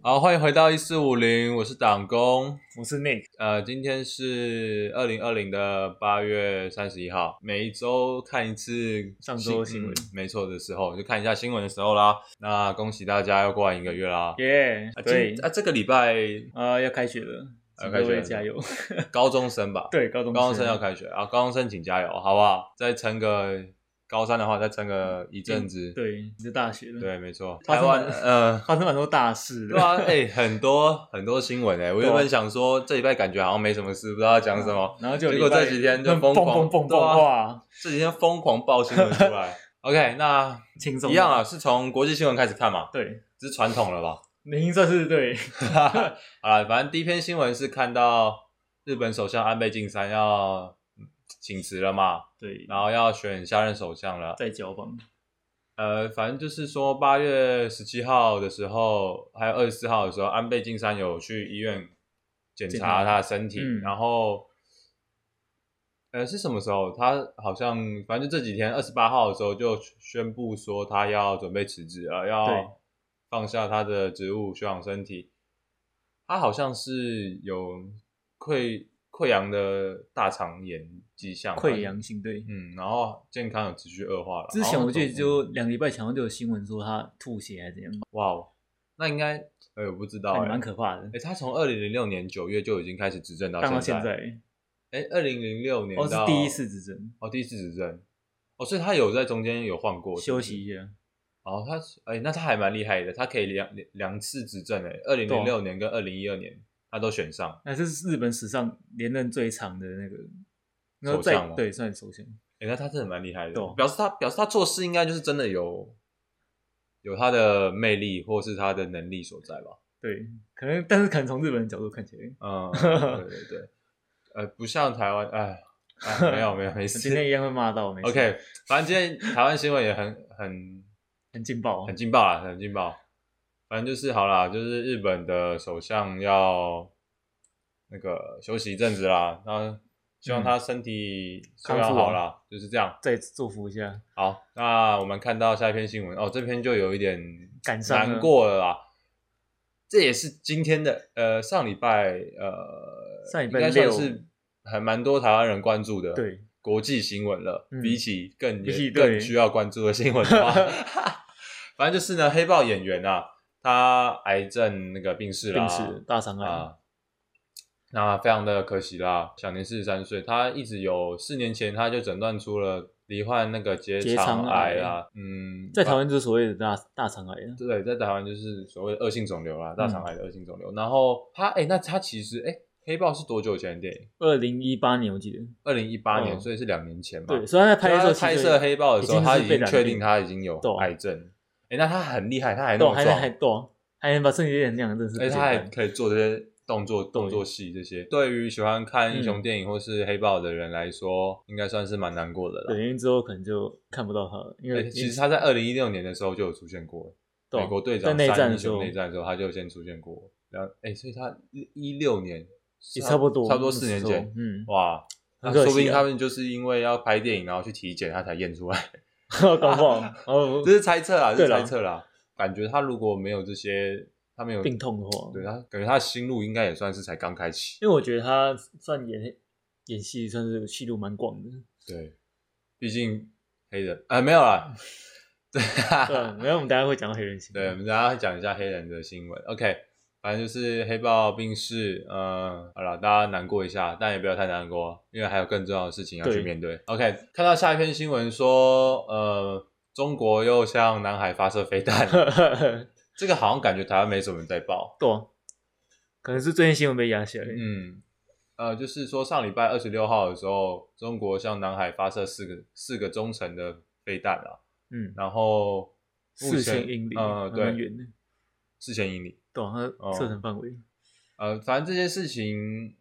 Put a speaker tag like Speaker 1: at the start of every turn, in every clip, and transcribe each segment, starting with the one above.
Speaker 1: 好，欢迎回到一四五零，我是党工。
Speaker 2: 我是 Nick，
Speaker 1: 呃，今天是二零二零的八月三十一号，每一周看一次
Speaker 2: 上周新闻
Speaker 1: 嗯没错的时候就看一下新闻的时候啦。那恭喜大家又过完一个月啦。
Speaker 2: 耶、
Speaker 1: 啊，
Speaker 2: 对
Speaker 1: 今，啊，这个礼拜
Speaker 2: 啊，要开学了，
Speaker 1: 要
Speaker 2: 请
Speaker 1: 开
Speaker 2: 各
Speaker 1: 学了
Speaker 2: 位加油。
Speaker 1: 高中生吧，
Speaker 2: 对， 高中
Speaker 1: 高中生要开学啊，高中生请加油，好不好？再撑个高三的话，再撑个一阵子。
Speaker 2: 嗯对，你是大学了，，
Speaker 1: 对，没错，
Speaker 2: 发
Speaker 1: 台
Speaker 2: 生了
Speaker 1: 湾呃，
Speaker 2: 发生蛮多大事的。
Speaker 1: 对啊，哎、很多很多新闻哎、我原
Speaker 2: 啊
Speaker 1: 本想说这礼拜感觉好像没什么事，不知道要讲什么，
Speaker 2: 然后嗯就
Speaker 1: 结果这几天就疯
Speaker 2: 蹦
Speaker 1: 狂
Speaker 2: 蹦蹦蹦
Speaker 1: 对啊
Speaker 2: 哇，
Speaker 1: 这几天疯狂爆新闻出来。OK，那
Speaker 2: 轻松
Speaker 1: 一样，啊，是从国际新闻开始看嘛，
Speaker 2: 对，
Speaker 1: 这是传统了 吧？
Speaker 2: 您这是对，
Speaker 1: 好了，反正第一篇新闻是看到日本首相安倍晋三要嗯请辞了嘛，
Speaker 2: 对，
Speaker 1: 然后要选下任首相了。
Speaker 2: 在交棒，
Speaker 1: 呃，反正就是说，八月十七号的时候，还有二十四号的时候，安倍晋三有去医院检
Speaker 2: 检
Speaker 1: 查
Speaker 2: 查
Speaker 1: 他的身体，
Speaker 2: 嗯
Speaker 1: 然后，呃，是什么时候？他好像反正就这几天，二十八号的时候就宣布说他要准备辞职了，
Speaker 2: 对
Speaker 1: 要放下他的职务，休养身体。他好像是有溃溃疡的大肠炎迹象，
Speaker 2: 溃疡，性对。
Speaker 1: 嗯，然后健康有持续恶化了。
Speaker 2: 之
Speaker 1: 好
Speaker 2: 前
Speaker 1: 像
Speaker 2: 我记得
Speaker 1: 总
Speaker 2: 就两个礼拜前好像就有新闻说他吐血还是怎样，
Speaker 1: 哇哦，那应该，哎、我不知道、
Speaker 2: 感觉
Speaker 1: 哎，
Speaker 2: 蛮可怕的
Speaker 1: 哎、。他从二零零六年九月就已经开始执政到
Speaker 2: 干到
Speaker 1: 现
Speaker 2: 现，在，
Speaker 1: 哎，二零零六年
Speaker 2: 哦是
Speaker 1: 到
Speaker 2: 第一次执政，
Speaker 1: 哦，第一次执政，哦，所以他有在中间有换过
Speaker 2: 休息。一下，
Speaker 1: 哦，他是哎、那他还蛮厉害的，他可以两两两次执政哎，二零零
Speaker 2: 啊
Speaker 1: 六年跟二零一二年他都选上，
Speaker 2: 那这是日本史上连任最长的那个，然后
Speaker 1: 首相
Speaker 2: 再
Speaker 1: 吗
Speaker 2: 对算首相，
Speaker 1: 哎、那他真的蛮厉害
Speaker 2: 对
Speaker 1: 的，
Speaker 2: 啊
Speaker 1: 表示他表示他做事应该就是真的有有他的魅力或是他的能力所在吧。
Speaker 2: 对，可能但是可能从日本人角度看起来，
Speaker 1: 嗯，对对对，呃，不像台湾，哎，哎没有没有没事
Speaker 2: 今，天一样会骂到，没事
Speaker 1: OK，反正今天台湾新闻也很很
Speaker 2: 很劲爆，
Speaker 1: 很劲爆啦，很劲爆。反正就是好啦，就是日本的首相要那个休息一阵子啦，那希
Speaker 2: 嗯
Speaker 1: 望他身体休养
Speaker 2: 啊
Speaker 1: 好啦，就是这样。
Speaker 2: 再祝福一下，
Speaker 1: 好，那我们看到下一篇新闻哦，这篇就有一点
Speaker 2: 感伤了
Speaker 1: 难过了啦。这也是今天的呃上礼拜呃
Speaker 2: 上礼拜
Speaker 1: 应该算
Speaker 2: 六
Speaker 1: 是还蛮多台湾人关注的，
Speaker 2: 对，
Speaker 1: 国际新闻了，
Speaker 2: 嗯
Speaker 1: 比起更
Speaker 2: 比起对
Speaker 1: 更需要关注的新闻的话， 反正就是呢，黑豹演员啊，他癌症那个病逝啦，
Speaker 2: 病逝大肠癌，
Speaker 1: 啊，那非常的可惜啦，享年四十三岁，他一直有四年前他就诊断出了罹患那个结
Speaker 2: 结
Speaker 1: 肠
Speaker 2: 肠
Speaker 1: 癌
Speaker 2: 癌
Speaker 1: 啦，嗯，
Speaker 2: 在台湾就是所谓的大大肠癌啊，
Speaker 1: 对，在台湾就是所谓的恶性肿瘤啦，大肠癌的恶性肿瘤。然后他哎、那他其实哎、黑豹是多久以前的电影？
Speaker 2: 二零一八年我记得，
Speaker 1: 二零一八年，
Speaker 2: 嗯
Speaker 1: 所以是两年前吧。
Speaker 2: 对，所以他在
Speaker 1: 拍
Speaker 2: 拍摄
Speaker 1: 摄
Speaker 2: 其实
Speaker 1: 拍摄黑豹的时候，
Speaker 2: 已经
Speaker 1: 他
Speaker 2: 是
Speaker 1: 已
Speaker 2: 被
Speaker 1: 经
Speaker 2: 染
Speaker 1: 确
Speaker 2: 病
Speaker 1: 定他已经有
Speaker 2: 对啊
Speaker 1: 癌症。哎、那他很厉害，他还那
Speaker 2: 对，
Speaker 1: 么
Speaker 2: 还
Speaker 1: 壮，
Speaker 2: 能还对啊，还能把身体练成那样，真的是不
Speaker 1: 而且哎
Speaker 2: 简
Speaker 1: 他还
Speaker 2: 单，
Speaker 1: 可以做这些动作、动作戏这些。对嗯于喜欢看英雄电影或是黑豹的人来说，应该算是蛮难过的
Speaker 2: 对，
Speaker 1: 了。
Speaker 2: 因为之后可能就看不到他了，因
Speaker 1: 而
Speaker 2: 为
Speaker 1: 且哎其实他在二零一六年的时候就有出现过，
Speaker 2: 对啊
Speaker 1: 美国队长
Speaker 2: 在内
Speaker 1: 三
Speaker 2: 战的
Speaker 1: 英雄
Speaker 2: 时候
Speaker 1: 内战的时候他就先出现过。然后，哎、所以他一六年
Speaker 2: 也差不多，
Speaker 1: 差不多四年
Speaker 2: 那时候
Speaker 1: 前，
Speaker 2: 嗯，
Speaker 1: 哇。那
Speaker 2: 很可惜啊
Speaker 1: 说不定他们就是因为要拍电影，然后去体检，他才验出来。
Speaker 2: 搞不 好，哦
Speaker 1: 这，是猜测啦，这
Speaker 2: 对
Speaker 1: 是
Speaker 2: 啦
Speaker 1: 猜测啦。感觉他如果没有这些，他没有
Speaker 2: 病，痛的话，
Speaker 1: 对他感觉他的心路应该也算是才刚开启。
Speaker 2: 因为我觉得他算演演戏算是戏路蛮广 的，
Speaker 1: 对，毕竟黑人啊、没有 啦。对
Speaker 2: 对啊，然后我们大家会讲到黑人 性，
Speaker 1: 对，我们等一下会讲一下黑人的新闻。OK，反正就是黑豹病逝，呃，好了，大家难过一下，但也不要太难过，因为还有更重要的事情要去
Speaker 2: 对，
Speaker 1: 面对。OK，看到下一篇新闻说，呃，中国又向南海发射飞弹
Speaker 2: 对
Speaker 1: 这个好像感觉台湾没什么人在报。
Speaker 2: 啊， 可能是最近新闻被压下来，
Speaker 1: 嗯，呃，就是说上礼拜二十六号的时候，中国向南海发射四个四个中程的飞弹啊，
Speaker 2: 嗯，
Speaker 1: 然后目
Speaker 2: 四
Speaker 1: 前
Speaker 2: 千英里，
Speaker 1: 呃，
Speaker 2: 还
Speaker 1: 对，
Speaker 2: 蛮远的，
Speaker 1: 四千英里，
Speaker 2: 对啊，
Speaker 1: 哦
Speaker 2: 它射程范围，
Speaker 1: 呃，反正这件事情，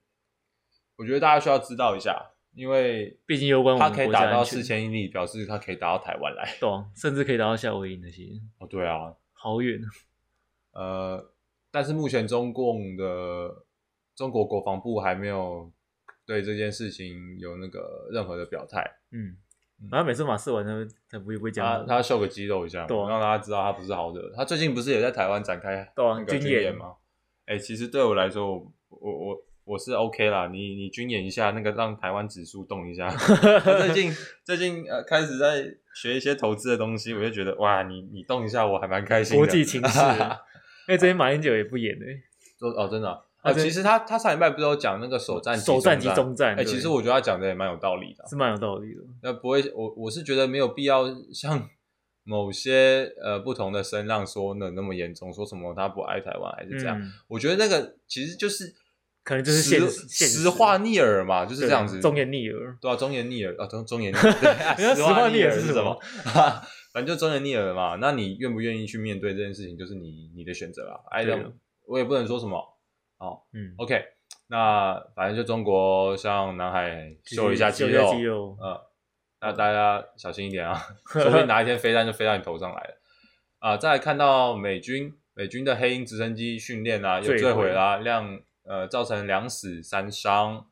Speaker 1: 我觉得大家需要知道一下，因为
Speaker 2: 毕竟攸关我
Speaker 1: 它
Speaker 2: 们
Speaker 1: 可以
Speaker 2: 国家
Speaker 1: 打到
Speaker 2: 安全
Speaker 1: 四千英里，表示它可以打到台湾来。
Speaker 2: 对啊，甚至可以达到夏威夷那些，
Speaker 1: 哦，对啊，
Speaker 2: 好远，
Speaker 1: 呃，但是目前中共的中国国防部还没有对这件事情有那个任何的表态。
Speaker 2: 嗯
Speaker 1: 嗯，
Speaker 2: 然后每次马斯完他他不会不会
Speaker 1: 他
Speaker 2: 讲
Speaker 1: 他秀个肌肉一下嘛，
Speaker 2: 对啊
Speaker 1: 让大家知道他不是好惹。他最近不是也在台湾展开
Speaker 2: 对啊
Speaker 1: 那个
Speaker 2: 军
Speaker 1: 军演
Speaker 2: 演
Speaker 1: 吗？哎、其实对我来说，我我我我是 OK 啦。你你军演一下，那个让台湾指数动一 下。我最近最近呃开始在学一些投资的东西，我就觉得哇，你你动一下，我还蛮开心的。
Speaker 2: 国际情 势
Speaker 1: 哦
Speaker 2: 因为最近马英九也不演了，
Speaker 1: 哦，真的啊、
Speaker 2: 啊
Speaker 1: 啊
Speaker 2: 对
Speaker 1: 其实他他上礼拜不是有讲那个首战
Speaker 2: 首战集中战
Speaker 1: 哎、
Speaker 2: 对
Speaker 1: 其实我觉得他讲的也蛮有道理的啊。
Speaker 2: 是蛮有道理的。
Speaker 1: 那不会，我我是觉得没有必要像 某些呃不同的声浪说的那么严重，说什么他不爱台湾还是这样。
Speaker 2: 嗯，
Speaker 1: 我觉得那个其实就是
Speaker 2: 可能就是
Speaker 1: 实
Speaker 2: 现实现实
Speaker 1: 实话逆耳嘛，就是这样子。
Speaker 2: 对忠言逆耳。
Speaker 1: 对啊，忠言逆耳啊，忠忠 言逆耳。对啊
Speaker 2: 你知道
Speaker 1: 实
Speaker 2: 实话
Speaker 1: 话
Speaker 2: 逆耳
Speaker 1: 耳
Speaker 2: 是
Speaker 1: 是
Speaker 2: 什么
Speaker 1: 么？ 反正就忠言逆耳嘛。那你愿不愿意去面对这件事情，就是你你的选择啦。哎
Speaker 2: 对啊，
Speaker 1: 我也不能说什么。
Speaker 2: 嗯，
Speaker 1: OK，那反正就中国向南海秀一下肌
Speaker 2: 肌
Speaker 1: 肉，
Speaker 2: 肌肉，
Speaker 1: 呃，那大家小心一点 啊，说不定哪一天飞弹就飞到你头上来了。啊、再来看到美军，美军的黑鹰直升机训练啊，有
Speaker 2: 坠毁
Speaker 1: 坠毁啦，两呃造成两死三伤。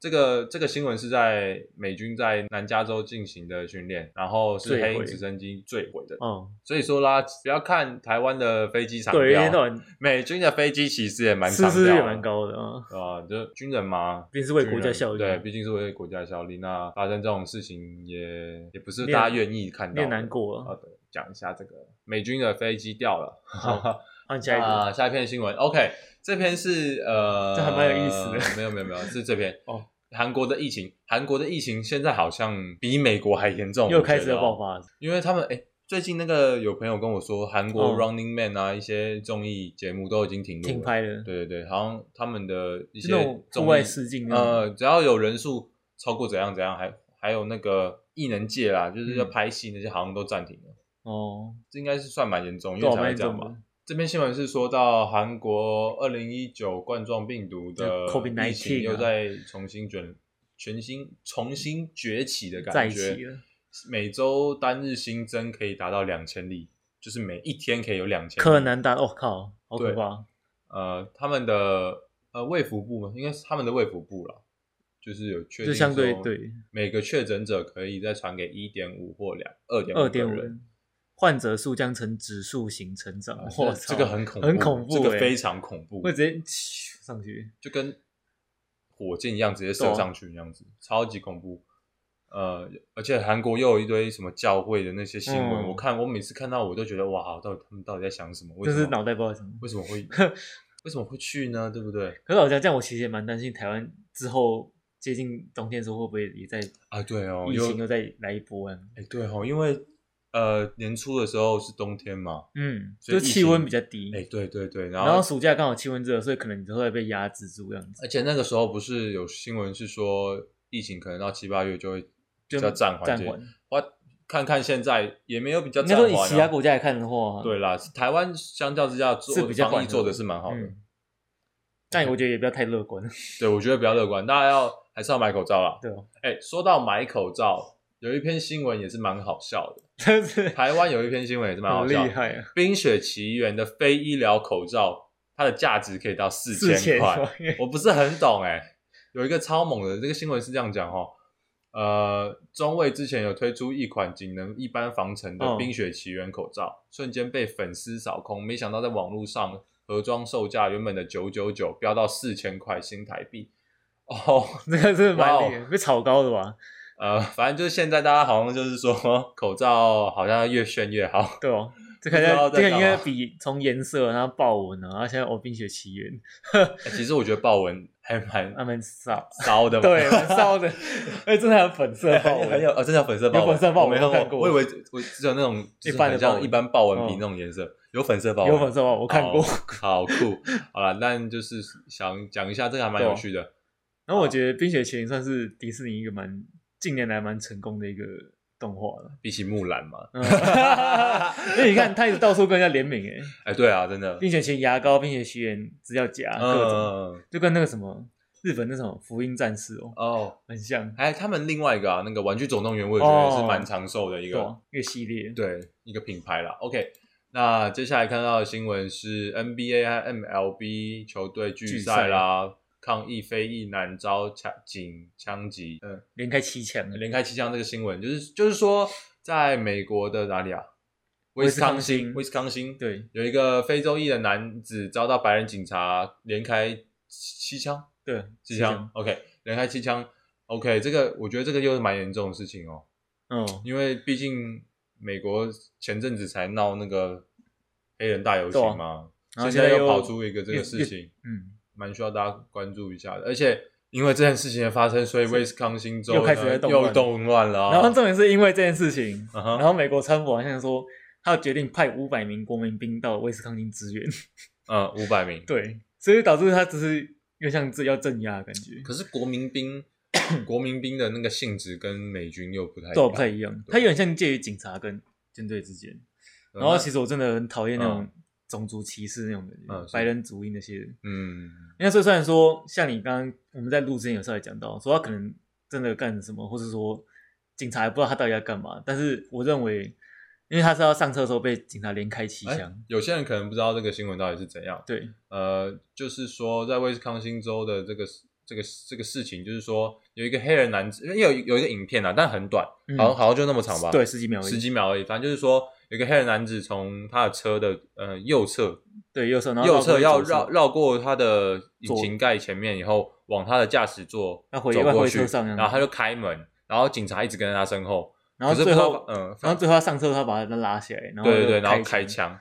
Speaker 1: 这个这个新闻是在美军在南加州进行的训练，然后是
Speaker 2: 坠毁
Speaker 1: 黑鹰直升机坠毁的。
Speaker 2: 嗯，
Speaker 1: 所以说啦，不要看台湾的飞机场
Speaker 2: 对，一天
Speaker 1: 标，
Speaker 2: 到晚
Speaker 1: 美军的飞机其实也蛮
Speaker 2: 是
Speaker 1: 常
Speaker 2: 不是
Speaker 1: 标
Speaker 2: 也
Speaker 1: 的
Speaker 2: 蛮高的啊？
Speaker 1: 啊，就军人嘛，
Speaker 2: 毕竟是为国家效力，啊
Speaker 1: 对，毕竟是为国家效力。那发生这种事情也也不是
Speaker 2: 练
Speaker 1: 大家愿意看到
Speaker 2: 有
Speaker 1: 的。
Speaker 2: 点难过
Speaker 1: 好
Speaker 2: 啊。
Speaker 1: 的，讲一下这个美军的飞机掉了。
Speaker 2: 好换下一个，
Speaker 1: 啊，下一篇新闻，OK，这篇是呃，
Speaker 2: 这还蛮有意思的。
Speaker 1: 没有没有没有，是这篇
Speaker 2: 哦。
Speaker 1: 韩国的疫情，韩国的疫情现在好像比美国还严重，
Speaker 2: 又
Speaker 1: 我觉
Speaker 2: 开始
Speaker 1: 得
Speaker 2: 要
Speaker 1: 哦
Speaker 2: 爆发了。
Speaker 1: 因为他们哎、诶最近那个有朋友跟我说，韩国
Speaker 2: 嗯
Speaker 1: Running Man 啊，一些综艺节目都已经停录了
Speaker 2: 停拍了
Speaker 1: 对对对，好像他们的一
Speaker 2: 就那
Speaker 1: 些
Speaker 2: 种户
Speaker 1: 综
Speaker 2: 外
Speaker 1: 艺，
Speaker 2: 试镜那种，
Speaker 1: 呃，只要有人数超过怎样怎样，还还有那个艺能界啦，就是要
Speaker 2: 嗯
Speaker 1: 拍戏那些好像都暂停了，
Speaker 2: 哦，
Speaker 1: 这应该是算蛮严重，因
Speaker 2: 对
Speaker 1: 为
Speaker 2: 啊，
Speaker 1: 才
Speaker 2: 蛮
Speaker 1: 会
Speaker 2: 严
Speaker 1: 这样
Speaker 2: 重
Speaker 1: 吧。
Speaker 2: 的。
Speaker 1: 这篇新闻是说到韩国二零一九冠状病毒的
Speaker 2: 嗯，COVID-19
Speaker 1: 疫情又
Speaker 2: 啊
Speaker 1: 在重新卷，全新重新崛起的
Speaker 2: 在
Speaker 1: 感
Speaker 2: 一
Speaker 1: 觉，
Speaker 2: 起了，
Speaker 1: 每周单日新增可以达到两千例，就是每一天可以有两千。
Speaker 2: 柯南达，我靠，好可
Speaker 1: 对
Speaker 2: 怕！
Speaker 1: 呃，他们的呃卫福部嘛，应该是他们的卫福部了，就是有确定
Speaker 2: 就相对
Speaker 1: 说
Speaker 2: 对
Speaker 1: 每个确诊者可以再传给一点五或两二点
Speaker 2: 二点
Speaker 1: 五
Speaker 2: 五
Speaker 1: 个人。，
Speaker 2: 患者数将呈指数型成长。
Speaker 1: 啊
Speaker 2: 哇，
Speaker 1: 这个很恐怖，
Speaker 2: 很恐怖
Speaker 1: 这个
Speaker 2: 欸
Speaker 1: 非常恐怖，
Speaker 2: 会直接咻上去。
Speaker 1: 就跟火箭一样直接
Speaker 2: 对
Speaker 1: 射
Speaker 2: 啊
Speaker 1: 上去那样子，超级恐怖。呃，而且韩国又有一堆什么教会的那些新闻，
Speaker 2: 嗯
Speaker 1: 我看我每次看到我都觉得哇，到底他们到底在想什么？为
Speaker 2: 就
Speaker 1: 什
Speaker 2: 是
Speaker 1: 么
Speaker 2: 脑袋不知道怎么。
Speaker 1: 为什么 会为什么会去呢？对不对？
Speaker 2: 可是老实讲，这样我其实也蛮担心台湾之后接近冬天的时候，会不会也在疫
Speaker 1: 啊，对哦，
Speaker 2: 情
Speaker 1: 又
Speaker 2: 又再来一波啊？
Speaker 1: 哎，对哦，因为呃年初的时候是冬天嘛，
Speaker 2: 嗯，
Speaker 1: 所以
Speaker 2: 就
Speaker 1: 疫情
Speaker 2: 气温比较低，
Speaker 1: 哎，对对对，然
Speaker 2: 嗯然
Speaker 1: 后
Speaker 2: 后暑假刚好气温热，所以可能你就会被压制住这样子，
Speaker 1: 而且那个时候不是有新闻是说疫情可能到七八月就会比
Speaker 2: 就
Speaker 1: 较暂哎缓
Speaker 2: 暂
Speaker 1: 这些
Speaker 2: 缓。
Speaker 1: 我看看现在也没有比较
Speaker 2: 应该
Speaker 1: 暂缓、
Speaker 2: 说以
Speaker 1: 啊，
Speaker 2: 其他国家来看的话，
Speaker 1: 对啦，台湾相较之下做
Speaker 2: 是比较
Speaker 1: 防
Speaker 2: 缓
Speaker 1: 疫
Speaker 2: 和
Speaker 1: 做的是蛮好的，
Speaker 2: 嗯但我觉得也不要太乐观，
Speaker 1: 对我觉得比较乐观，大家要还是要买口罩啦。
Speaker 2: 对哦，
Speaker 1: 哎，说到买口罩，有一篇新闻也是蛮好笑的，
Speaker 2: 真是
Speaker 1: 台湾有一篇新闻 也是蛮好
Speaker 2: 很
Speaker 1: 笑
Speaker 2: 厉
Speaker 1: 的，《
Speaker 2: 害啊，
Speaker 1: 冰雪奇缘》的非医疗口罩，它的价值可以到四
Speaker 2: 四
Speaker 1: 千
Speaker 2: 千
Speaker 1: 块，我不是很懂哎、有一个超猛的，这个新闻是这样讲哦，呃，中卫之前有推出一款仅能一般防尘的
Speaker 2: 嗯
Speaker 1: 《冰雪奇缘》口罩，瞬间被粉丝扫空，没想到在网络上盒装售价原本的九九九飙到四千块新台币。哦，
Speaker 2: 这个是蛮厉
Speaker 1: 哇
Speaker 2: 害，被炒高的吧？
Speaker 1: 呃，反正就是现在大家好像就是说口罩好像越炫越好，
Speaker 2: 对哦，这
Speaker 1: 不
Speaker 2: 个
Speaker 1: 知
Speaker 2: 要
Speaker 1: 道
Speaker 2: 这
Speaker 1: 在
Speaker 2: 个
Speaker 1: 干
Speaker 2: 应
Speaker 1: 嘛
Speaker 2: 该比从颜色，然后豹纹啊，然后现在哦《冰雪奇缘》
Speaker 1: 欸其实我觉得豹纹还蛮
Speaker 2: 他们少，
Speaker 1: 骚的嘛，
Speaker 2: 对，蛮骚的， 而且真的还有粉色 哎豹
Speaker 1: 很
Speaker 2: 纹，
Speaker 1: 很有，哦，真的有粉色豹纹，
Speaker 2: 有粉色豹纹
Speaker 1: 我没看
Speaker 2: 我看过
Speaker 1: 我以为我只有那种就是
Speaker 2: 一般的
Speaker 1: 很
Speaker 2: 豹
Speaker 1: 像
Speaker 2: 纹
Speaker 1: 一般豹纹皮
Speaker 2: 嗯
Speaker 1: 那种颜色，有粉色豹纹，
Speaker 2: 有粉色豹纹，我
Speaker 1: 我
Speaker 2: 看过。
Speaker 1: 好酷。好了，但就是想讲一下，这个还蛮
Speaker 2: 啊
Speaker 1: 有趣的。
Speaker 2: 然后
Speaker 1: 哦
Speaker 2: 我觉得《冰雪奇缘》算是迪士尼一个蛮近年来蛮成功的一个动画了。
Speaker 1: 比起木兰嘛，
Speaker 2: 嗯， 所以你看，他一直到处跟人家联名，哎，
Speaker 1: 哎，对啊，真的，
Speaker 2: 《冰雪奇缘》牙膏，《冰雪奇缘》指甲夹，各种，
Speaker 1: 嗯，
Speaker 2: 就跟那个什么日本那种福音战士哦，
Speaker 1: 哦，
Speaker 2: 很像，
Speaker 1: 还有他们另外一个啊，那个玩具总动员，我也觉得
Speaker 2: 哦
Speaker 1: 是蛮长寿的一
Speaker 2: 对
Speaker 1: 个
Speaker 2: 啊，一个系列，
Speaker 1: 对一个品牌啦。OK，那接下来看到的新闻是 NBA 和 MLB 球队聚赛啦，抗议非裔男遭抢警枪击，嗯，
Speaker 2: 连开七强，
Speaker 1: 连开七枪这个新闻，就是就是说在美国的哪里啊？威斯康
Speaker 2: 威斯康
Speaker 1: 星，
Speaker 2: 星
Speaker 1: 威斯康星，
Speaker 2: 对
Speaker 1: 有一个非洲裔的男子遭到白人警察连开七枪，
Speaker 2: 对，
Speaker 1: 七枪，OK，连开七枪，OK，这个我觉得这个又是蛮严重的事情哦，
Speaker 2: 嗯，
Speaker 1: 因为毕竟美国前阵子才闹那个黑人大游
Speaker 2: 对啊
Speaker 1: 行嘛，
Speaker 2: 然后
Speaker 1: 现
Speaker 2: 现在
Speaker 1: 又
Speaker 2: 又
Speaker 1: 跑出一个这个事情，
Speaker 2: 嗯，
Speaker 1: 蛮需要大家关注一下的。而且因为这件事情的发生，所以威斯康星州
Speaker 2: 又开始在
Speaker 1: 呢
Speaker 2: 动乱
Speaker 1: 又动乱了啊、
Speaker 2: 然后重点是因为这件事情，
Speaker 1: 嗯哼
Speaker 2: 然后美国川普好像说，他决定派五百名国民兵到威斯康星支援，
Speaker 1: 嗯，五百名。
Speaker 2: 对，所以导致他只是又像这要镇压的感觉，
Speaker 1: 可是国民兵，国民兵的那个性质跟美军又不太
Speaker 2: 都
Speaker 1: 一
Speaker 2: 不太
Speaker 1: 样。
Speaker 2: 一样，
Speaker 1: 对
Speaker 2: 他有点像介于警察跟军队之间。
Speaker 1: 嗯
Speaker 2: 然后
Speaker 1: 那
Speaker 2: 其实我真的很讨厌那种
Speaker 1: 嗯
Speaker 2: 种族歧视那种感觉，
Speaker 1: 嗯是
Speaker 2: 白人主义那些人。
Speaker 1: 嗯，
Speaker 2: 因为所以虽然说像你刚刚我们在录之前有稍微讲到，说他可能真的干什么，或是说警察也不知道他到底要干嘛，但是我认为，因为他是要上车的时候被警察连开七
Speaker 1: 哎
Speaker 2: 枪，
Speaker 1: 有些人可能不知道这个新闻到底是怎样。
Speaker 2: 对，
Speaker 1: 呃，就是说在威斯康星州的这个这个这个事情，就是说有一个黑人男子，因为有有一个影片啊，但很短，
Speaker 2: 嗯
Speaker 1: 好像好像就那么长吧，
Speaker 2: 对，十几秒而已，
Speaker 1: 十几秒而已。反正就是说，有一个黑人男子从他的车的呃右侧
Speaker 2: 对，右侧，然后
Speaker 1: 右侧要
Speaker 2: 绕过去左
Speaker 1: 绕
Speaker 2: 侧，
Speaker 1: 绕过他的引擎盖前面以后，往他的驾驶座
Speaker 2: 要回
Speaker 1: 走
Speaker 2: 要
Speaker 1: 过
Speaker 2: 回
Speaker 1: 去，
Speaker 2: 车上这样
Speaker 1: 然后他就开门，然后警察一直跟在他身后，
Speaker 2: 然后
Speaker 1: 可是不
Speaker 2: 最
Speaker 1: 知道
Speaker 2: 后，
Speaker 1: 嗯，
Speaker 2: 然后最后他上车，他把他拉起来，然后
Speaker 1: 对对对，
Speaker 2: 就
Speaker 1: 然后开，枪。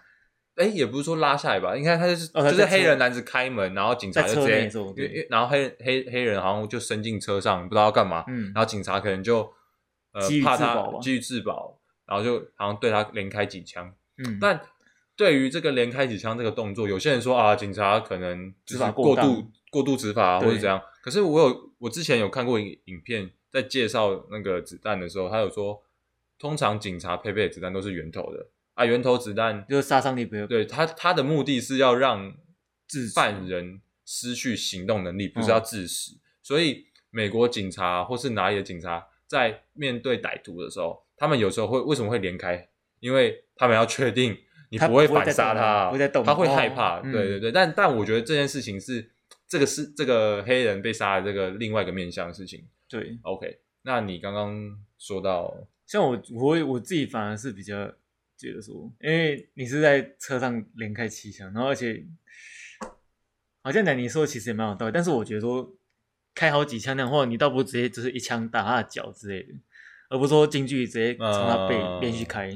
Speaker 1: 哎，也不是说拉下来吧，应该他就是、
Speaker 2: 哦他在
Speaker 1: 就是
Speaker 2: 车
Speaker 1: 黑人男子开门，然后警察
Speaker 2: 在
Speaker 1: 就
Speaker 2: 车
Speaker 1: 直接
Speaker 2: 内走，对
Speaker 1: 因为因为然后黑黑黑人好像就伸进车上，不知道要干嘛，
Speaker 2: 嗯，
Speaker 1: 然后警察可能就呃
Speaker 2: 基于
Speaker 1: 怕
Speaker 2: 自
Speaker 1: 他
Speaker 2: 保吧
Speaker 1: 基于自保，然后就好像对他连开几枪，
Speaker 2: 嗯，
Speaker 1: 但对于这个连开几枪这个动作，有些人说啊，警察可能就
Speaker 2: 执
Speaker 1: 是
Speaker 2: 法
Speaker 1: 过
Speaker 2: 过当
Speaker 1: 度过度执法、啊、或
Speaker 2: 对
Speaker 1: 者怎样。可是我有我之前有看过影影片，在介绍那个子弹的时候，他有说，通常警察配备的子弹都是圆头的啊，圆头子弹，
Speaker 2: 就是杀伤力比较
Speaker 1: 对他他的目的是要让
Speaker 2: 制止嗯
Speaker 1: 犯人失去行动能力，不是要致死。所以美国警察或是哪里的警察在面对歹徒的时候，他们有时候会为什么会连开？因为他们要确定你
Speaker 2: 他
Speaker 1: 不会
Speaker 2: 不会
Speaker 1: 反
Speaker 2: 再
Speaker 1: 杀
Speaker 2: 动
Speaker 1: 他，
Speaker 2: 你不会再动你
Speaker 1: 他会
Speaker 2: 哦
Speaker 1: 害怕。
Speaker 2: 嗯
Speaker 1: 对对对，但但我觉得这件事情是这个是这个黑人被杀的这个另外一个面向的事情。
Speaker 2: 对，
Speaker 1: OK，那你刚刚说到，
Speaker 2: 像我，我会我自己反而是比较觉得说，因为你是在车上连开七枪，然后而且好像讲你说的其实也蛮有道理，但是我觉得说开好几枪那样，或者你倒不如直接就是一枪打他的脚之类的，而不是说近距离直接从他背
Speaker 1: 嗯
Speaker 2: 连续开，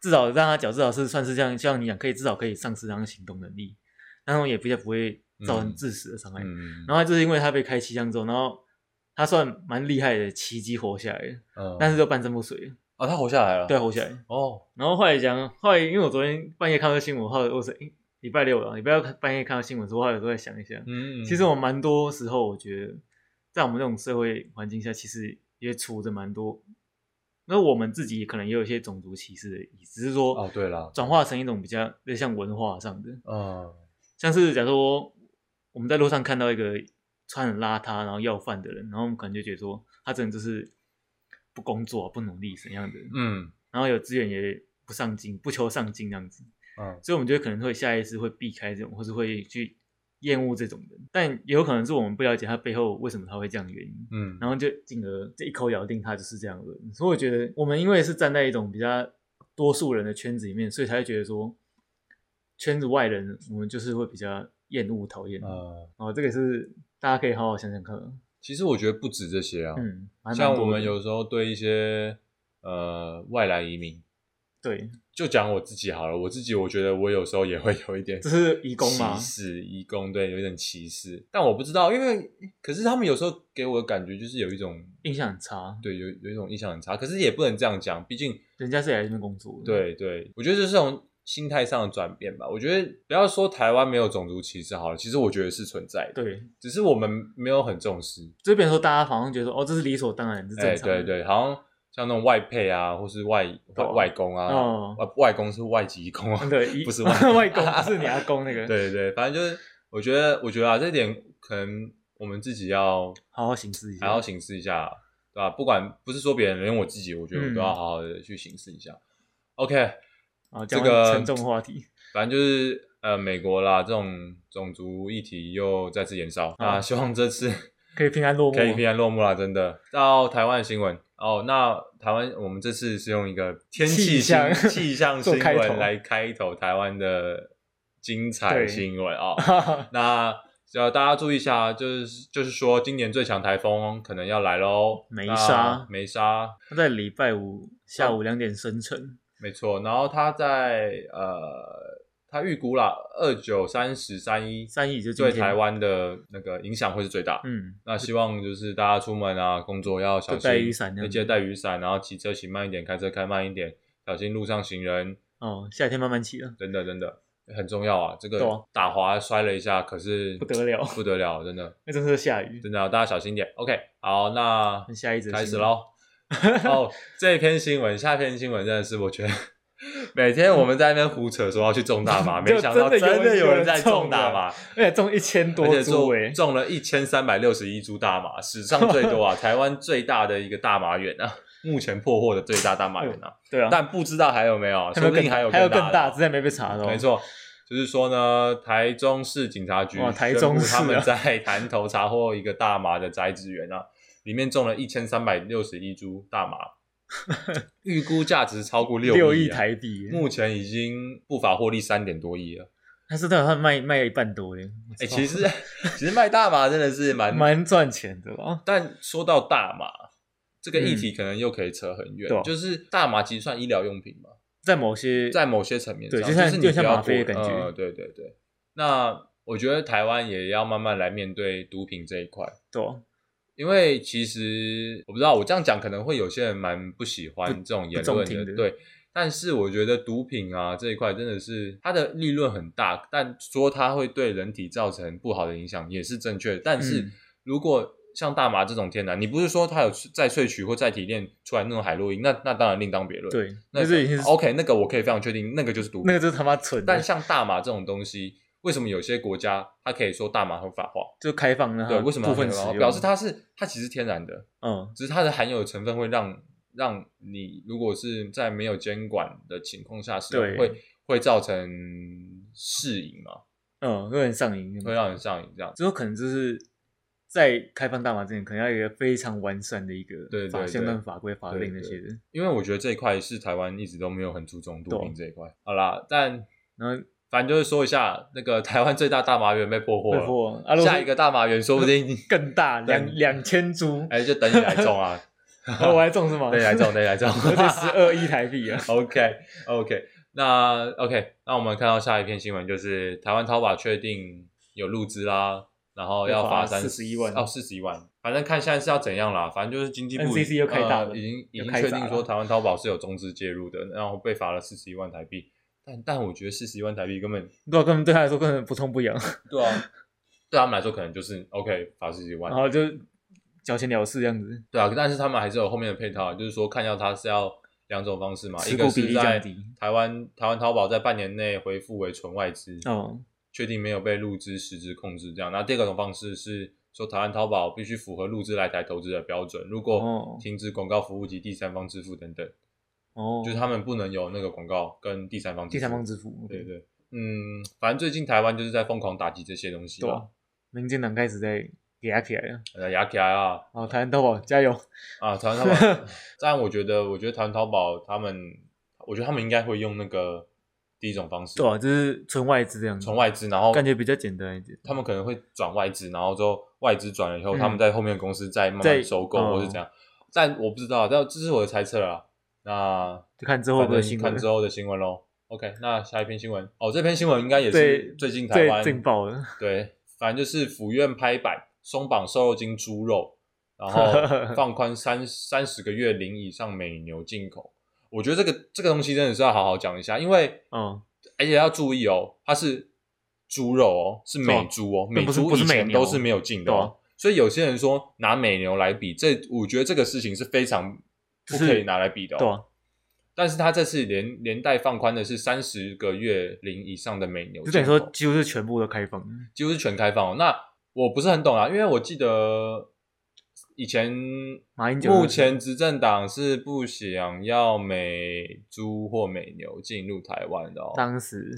Speaker 2: 至少让他脚至少是算是这样，像你讲可以至少可以丧失他的行动能力，然后也比较不会造成
Speaker 1: 嗯
Speaker 2: 致死的伤害。
Speaker 1: 嗯，
Speaker 2: 哎然后就是因为他被开七枪之后，然后他算蛮厉害的，奇迹活下来了。
Speaker 1: 嗯
Speaker 2: 但是就半身不遂，
Speaker 1: 哦，他活下来了，
Speaker 2: 对，活下来。
Speaker 1: 哦，
Speaker 2: 然后后来讲，后来因为我昨天半夜看到新闻，后来我是诶礼拜六啊了，礼拜六半夜看到新闻的时候，后来我都在想一下，
Speaker 1: 嗯，
Speaker 2: 其实我蛮多时候，我觉得在我们这种社会环境下，其实也处着蛮多，那我们自己可能也有一些种族歧视的意思，只是说
Speaker 1: 哦对啦
Speaker 2: 转化成一种比较类似像文化上的，
Speaker 1: 嗯
Speaker 2: 像是假如说我们在路上看到一个穿很邋遢然后要饭的人，然后我们可能就觉得说他真的就是不工作啊不努力怎样的，
Speaker 1: 嗯
Speaker 2: 然后有资源也不上进，不求上进这样子，
Speaker 1: 嗯
Speaker 2: 所以我们就可能会下意识会避开这种，或是会去厌恶这种人，但也有可能是我们不了解他背后为什么他会这样的原因，
Speaker 1: 嗯，
Speaker 2: 然后就进而这一口咬定他就是这样的人。所以我觉得我们因为是站在一种比较多数人的圈子里面，所以才会觉得说圈子外人我们就是会比较厌恶、讨厌。哦，
Speaker 1: 呃，
Speaker 2: 这个是大家可以好好想想看。
Speaker 1: 其实我觉得不止这些啊，
Speaker 2: 嗯，还蛮
Speaker 1: 像
Speaker 2: 多
Speaker 1: 我们
Speaker 2: 的
Speaker 1: 有时候对一些呃外来移民，
Speaker 2: 对，
Speaker 1: 就讲我自己好了，我自己我觉得我有时候也会有一点
Speaker 2: 这是义工嘛
Speaker 1: 歧？视，移工对，有一点歧视，但我不知道，因为可是他们有时候给我的感觉就是有一种
Speaker 2: 印象很差，
Speaker 1: 对有有一种印象很差，可是也不能这样讲，毕竟
Speaker 2: 人家是来这边工作的。
Speaker 1: 对对，我觉得这是种心态上的转变吧。我觉得不要说台湾没有种族歧视好了，其实我觉得是存在的，
Speaker 2: 对，
Speaker 1: 只是我们没有很重视。
Speaker 2: 这边说大家好像觉得说哦，这是理所当然，这是
Speaker 1: 哎，
Speaker 2: 正常
Speaker 1: 对
Speaker 2: 的。
Speaker 1: 对，好像像那种外配啊，或是外外
Speaker 2: 对啊
Speaker 1: 外公啊，
Speaker 2: 嗯
Speaker 1: 外外公是外籍工啊，
Speaker 2: 嗯对，一
Speaker 1: 不是
Speaker 2: 外公，不是你阿公那个。，
Speaker 1: 对对，反正就是我觉得，我觉得啊，这点可能我们自己要
Speaker 2: 好好行思一下。
Speaker 1: 还要省思一下，对吧？不管不是说别人，连我自己，我觉得我
Speaker 2: 嗯
Speaker 1: 都要好好的去省思一下。OK，
Speaker 2: 啊，讲
Speaker 1: 这个
Speaker 2: 完沉重话题。
Speaker 1: 反正就是呃，美国啦，这种种族议题又再次延烧，
Speaker 2: 好
Speaker 1: 那希望这次
Speaker 2: 可以平安落幕。
Speaker 1: 啊可以平安落幕啦，真的。到台湾的新闻，哦，那台湾我们这次是用一个天
Speaker 2: 气
Speaker 1: 气
Speaker 2: 象
Speaker 1: 新气象
Speaker 2: 做
Speaker 1: 新
Speaker 2: 开头
Speaker 1: 闻来开头台湾的精彩
Speaker 2: 对
Speaker 1: 新闻哦。 那只要大家注意一下，就是就是说，今年最强台风可能要来喽，
Speaker 2: 梅
Speaker 1: 那
Speaker 2: 沙
Speaker 1: 梅沙，
Speaker 2: 他在礼拜五下午两点生成，
Speaker 1: 没错。然后它在呃，它预估啦，二九、三十、三一
Speaker 2: 三亿就今
Speaker 1: 对
Speaker 2: 天
Speaker 1: 台，湾的那个影响会是最大。
Speaker 2: 嗯，
Speaker 1: 那希望就是大家出门啊，工作要小
Speaker 2: 就
Speaker 1: 心，
Speaker 2: 带雨伞这
Speaker 1: 要
Speaker 2: 样
Speaker 1: 记得
Speaker 2: 子。
Speaker 1: 带雨伞，然后骑车骑慢一点，开车开慢一点，小心路上行人，
Speaker 2: 哦，夏天慢慢起了，
Speaker 1: 真的真的很重要啊。这
Speaker 2: 对
Speaker 1: 个
Speaker 2: 啊
Speaker 1: 打滑摔了一下，可是
Speaker 2: 不得了
Speaker 1: 不得了，哎真的
Speaker 2: 那真是下雨。
Speaker 1: 真的啊，大家小心点。OK，好，那
Speaker 2: 那下一则
Speaker 1: 开始
Speaker 2: 新闻，
Speaker 1: 喽。哦，这篇新闻，下篇新闻真的是我觉得每天我们在那边胡扯说要去种大 麻，没
Speaker 2: 就
Speaker 1: 想到
Speaker 2: 真的有
Speaker 1: 真的
Speaker 2: 人
Speaker 1: 有人在
Speaker 2: 种
Speaker 1: 种大
Speaker 2: 了
Speaker 1: 麻，
Speaker 2: 而且中哎一千
Speaker 1: 而
Speaker 2: 多欸
Speaker 1: 且
Speaker 2: 株
Speaker 1: 种
Speaker 2: 诶，
Speaker 1: 种了一千三百六十一株大麻，史上最多啊！ 台湾最大的一个大麻园啊，目前破获的最大大麻园啊，
Speaker 2: 对啊，
Speaker 1: 但不知道还有没有啊，
Speaker 2: 还
Speaker 1: 说
Speaker 2: 有
Speaker 1: 不定
Speaker 2: 更
Speaker 1: 还有
Speaker 2: 还有
Speaker 1: 更
Speaker 2: 更
Speaker 1: 大
Speaker 2: 大，
Speaker 1: 的啊
Speaker 2: 之前没被查哦到。
Speaker 1: 没，错，就是说呢，台中市警察局
Speaker 2: 哇台中市啊
Speaker 1: 宣布他们在潭头查获一个大麻的宅子园啊，里面种了一千三百六十一株大 麻，预估价值超过六
Speaker 2: 六
Speaker 1: 亿
Speaker 2: 亿
Speaker 1: 啊，
Speaker 2: 台币，
Speaker 1: 目前已经不法获利三点多亿了。
Speaker 2: 他是啊他卖卖了一半多嘞。我
Speaker 1: 哎、
Speaker 2: 操
Speaker 1: 其实 其实卖大麻真的是蛮
Speaker 2: 蛮赚钱的啊，
Speaker 1: 但说到大麻这个议题，可能又可以扯很远，
Speaker 2: 嗯对啊
Speaker 1: 就是大麻其实算医疗用品嘛，
Speaker 2: 在某些
Speaker 1: 在某些层面上，
Speaker 2: 对就像
Speaker 1: 是你
Speaker 2: 就
Speaker 1: 不
Speaker 2: 像
Speaker 1: 要
Speaker 2: 吗啡
Speaker 1: 过
Speaker 2: 的感觉
Speaker 1: 呃对对对。那我觉得台湾也要慢慢来面对毒品这一块，
Speaker 2: 对啊
Speaker 1: 因为其实我不知道，我这样讲可能会有些人蛮不喜欢这种言
Speaker 2: 不
Speaker 1: 论
Speaker 2: 中听的
Speaker 1: 对。但是我觉得毒品啊这一块真的是它的利润很大，但说它会对人体造成不好的影响也是正确的。但是
Speaker 2: 嗯
Speaker 1: 如果像大麻这种天然，你不是说它有再萃取或再提炼出来那种海洛因，那那当然另当别论。，
Speaker 2: 对，
Speaker 1: 那
Speaker 2: 那这已经是
Speaker 1: OK，那个我可以非常确定，那个就是毒品。
Speaker 2: 那个就是他妈蠢的，
Speaker 1: 但像大麻这种东西，为什么有些国家它可以说大麻合法化？
Speaker 2: 就开放了，
Speaker 1: 对，为什么要
Speaker 2: 啊部分
Speaker 1: 合
Speaker 2: 使
Speaker 1: 法化
Speaker 2: 用？
Speaker 1: 表示它是它其实天然的，
Speaker 2: 嗯，
Speaker 1: 只是它的含有的成分会让让你如果是在没有监管的情况下使用，
Speaker 2: 对
Speaker 1: 会会造成适应嘛，
Speaker 2: 嗯，会很上瘾，
Speaker 1: 会让人上瘾这样。
Speaker 2: 之后可能就是在开放大麻之前，可能要有一个非常完善的一个
Speaker 1: 对对
Speaker 2: 法
Speaker 1: 对
Speaker 2: 相关法规、法令那些的。
Speaker 1: 因为我觉得这一块是台湾一直都没有很注重毒
Speaker 2: 对
Speaker 1: 品这一块。好啦，但嗯
Speaker 2: 然后
Speaker 1: 反正就是说一下，那个台湾最大大麻园被破获
Speaker 2: 会
Speaker 1: 了，
Speaker 2: 破啊，如果，
Speaker 1: 下一个大麻园说不定
Speaker 2: 更 大，
Speaker 1: 对
Speaker 2: 两两千株，
Speaker 1: 哎，就等你来种啊，
Speaker 2: 哦 我还中是吗？
Speaker 1: 等你来种，等你 来种，
Speaker 2: 而且十二亿台 币啊，
Speaker 1: OK OK，那 OK，那我们看到下一篇新闻就是台湾淘宝确定有入资啦，然后要
Speaker 2: 要罚
Speaker 1: 罚三
Speaker 2: 41万
Speaker 1: 哦四十一万，反正看现在是要怎样啦，反正就是经济部
Speaker 2: NCC 又开大了
Speaker 1: 呃已经已
Speaker 2: 又
Speaker 1: 经
Speaker 2: 开
Speaker 1: 确
Speaker 2: 闸
Speaker 1: 定
Speaker 2: 了
Speaker 1: 说台湾淘宝是有中资介入的，然后被罚了四十一万台币，但但我觉得四十一万台币根 本
Speaker 2: 对啊，根本对他来说根本不痛不痒，
Speaker 1: 对啊， 对他们来说可能就是 OK 罚四十一万
Speaker 2: 然，后就缴钱了事这样子，
Speaker 1: 对啊，但是他们还是有后面的配套，啊就是说看要它是要两种方式嘛，啊一
Speaker 2: 持
Speaker 1: 个
Speaker 2: 股比
Speaker 1: 是
Speaker 2: 例
Speaker 1: 在
Speaker 2: 降低。
Speaker 1: 台湾台湾淘宝在半年内恢复为纯外资，
Speaker 2: 哦，
Speaker 1: 确定没有被入资实质控制这样。那第二种方式是说，台湾淘宝必须符合入资来台投资的标准，如果
Speaker 2: 哦
Speaker 1: 停止广告服务及第三方支付等等，
Speaker 2: 哦，
Speaker 1: 就是他们不能有那个广告跟第三方支
Speaker 2: 第
Speaker 1: 付
Speaker 2: 三方支付，
Speaker 1: 对对，嗯，反正最近台湾就是在疯狂打击这些东西
Speaker 2: 对
Speaker 1: 啦
Speaker 2: 啊，，民进党开始在给他起来了。
Speaker 1: 呃，牙起来啊
Speaker 2: 好，台湾淘宝加油！
Speaker 1: 啊，台湾淘宝， 但我觉得，我觉得台湾淘宝他们，我觉得他们应该会用那个第一种方式，
Speaker 2: 对啊，就是纯外资这样子，
Speaker 1: 从外资，然后
Speaker 2: 感觉比较简单一点。
Speaker 1: 他们可能会转外资，然后之后外资转了以后，
Speaker 2: 嗯
Speaker 1: 他们在后面的公司再慢慢
Speaker 2: 再
Speaker 1: 收购
Speaker 2: 哦
Speaker 1: 或是怎样，但我不知道，但这是我的猜测啦。那
Speaker 2: 就看之后会
Speaker 1: 反
Speaker 2: 不会有哦新
Speaker 1: 正
Speaker 2: 闻
Speaker 1: 看之后的新闻喽。OK，那下一篇新闻哦，这篇新闻应该也是
Speaker 2: 对
Speaker 1: 最近台
Speaker 2: 最
Speaker 1: 湾
Speaker 2: 劲爆了，
Speaker 1: 对，反正就是府院拍板松绑瘦肉精猪肉，然后 放宽三三十个月零以上美牛进口。我觉得这个这个东西真的是要好好讲一下，因为
Speaker 2: 嗯，
Speaker 1: 而且要注意哦，它是猪肉哦，是美
Speaker 2: 哦
Speaker 1: 猪哦，
Speaker 2: 那
Speaker 1: 美
Speaker 2: 不是
Speaker 1: 猪
Speaker 2: 不
Speaker 1: 以
Speaker 2: 是美
Speaker 1: 前
Speaker 2: 牛
Speaker 1: 都是没有进的、
Speaker 2: 对啊
Speaker 1: 哦，所以有些人说拿美牛来比，这我觉得这个事情是非常不可以拿来比的、哦。
Speaker 2: 对啊，
Speaker 1: 但是他这次连连带放宽的是三十个月龄以上的美牛进口，
Speaker 2: 就等于说几乎是全部都开放。
Speaker 1: 几乎是全开放、哦。那我不是很懂啊，因为我记得以前
Speaker 2: 马英九
Speaker 1: 目前执政党是不想要美猪或美牛进入台湾的哦。
Speaker 2: 当时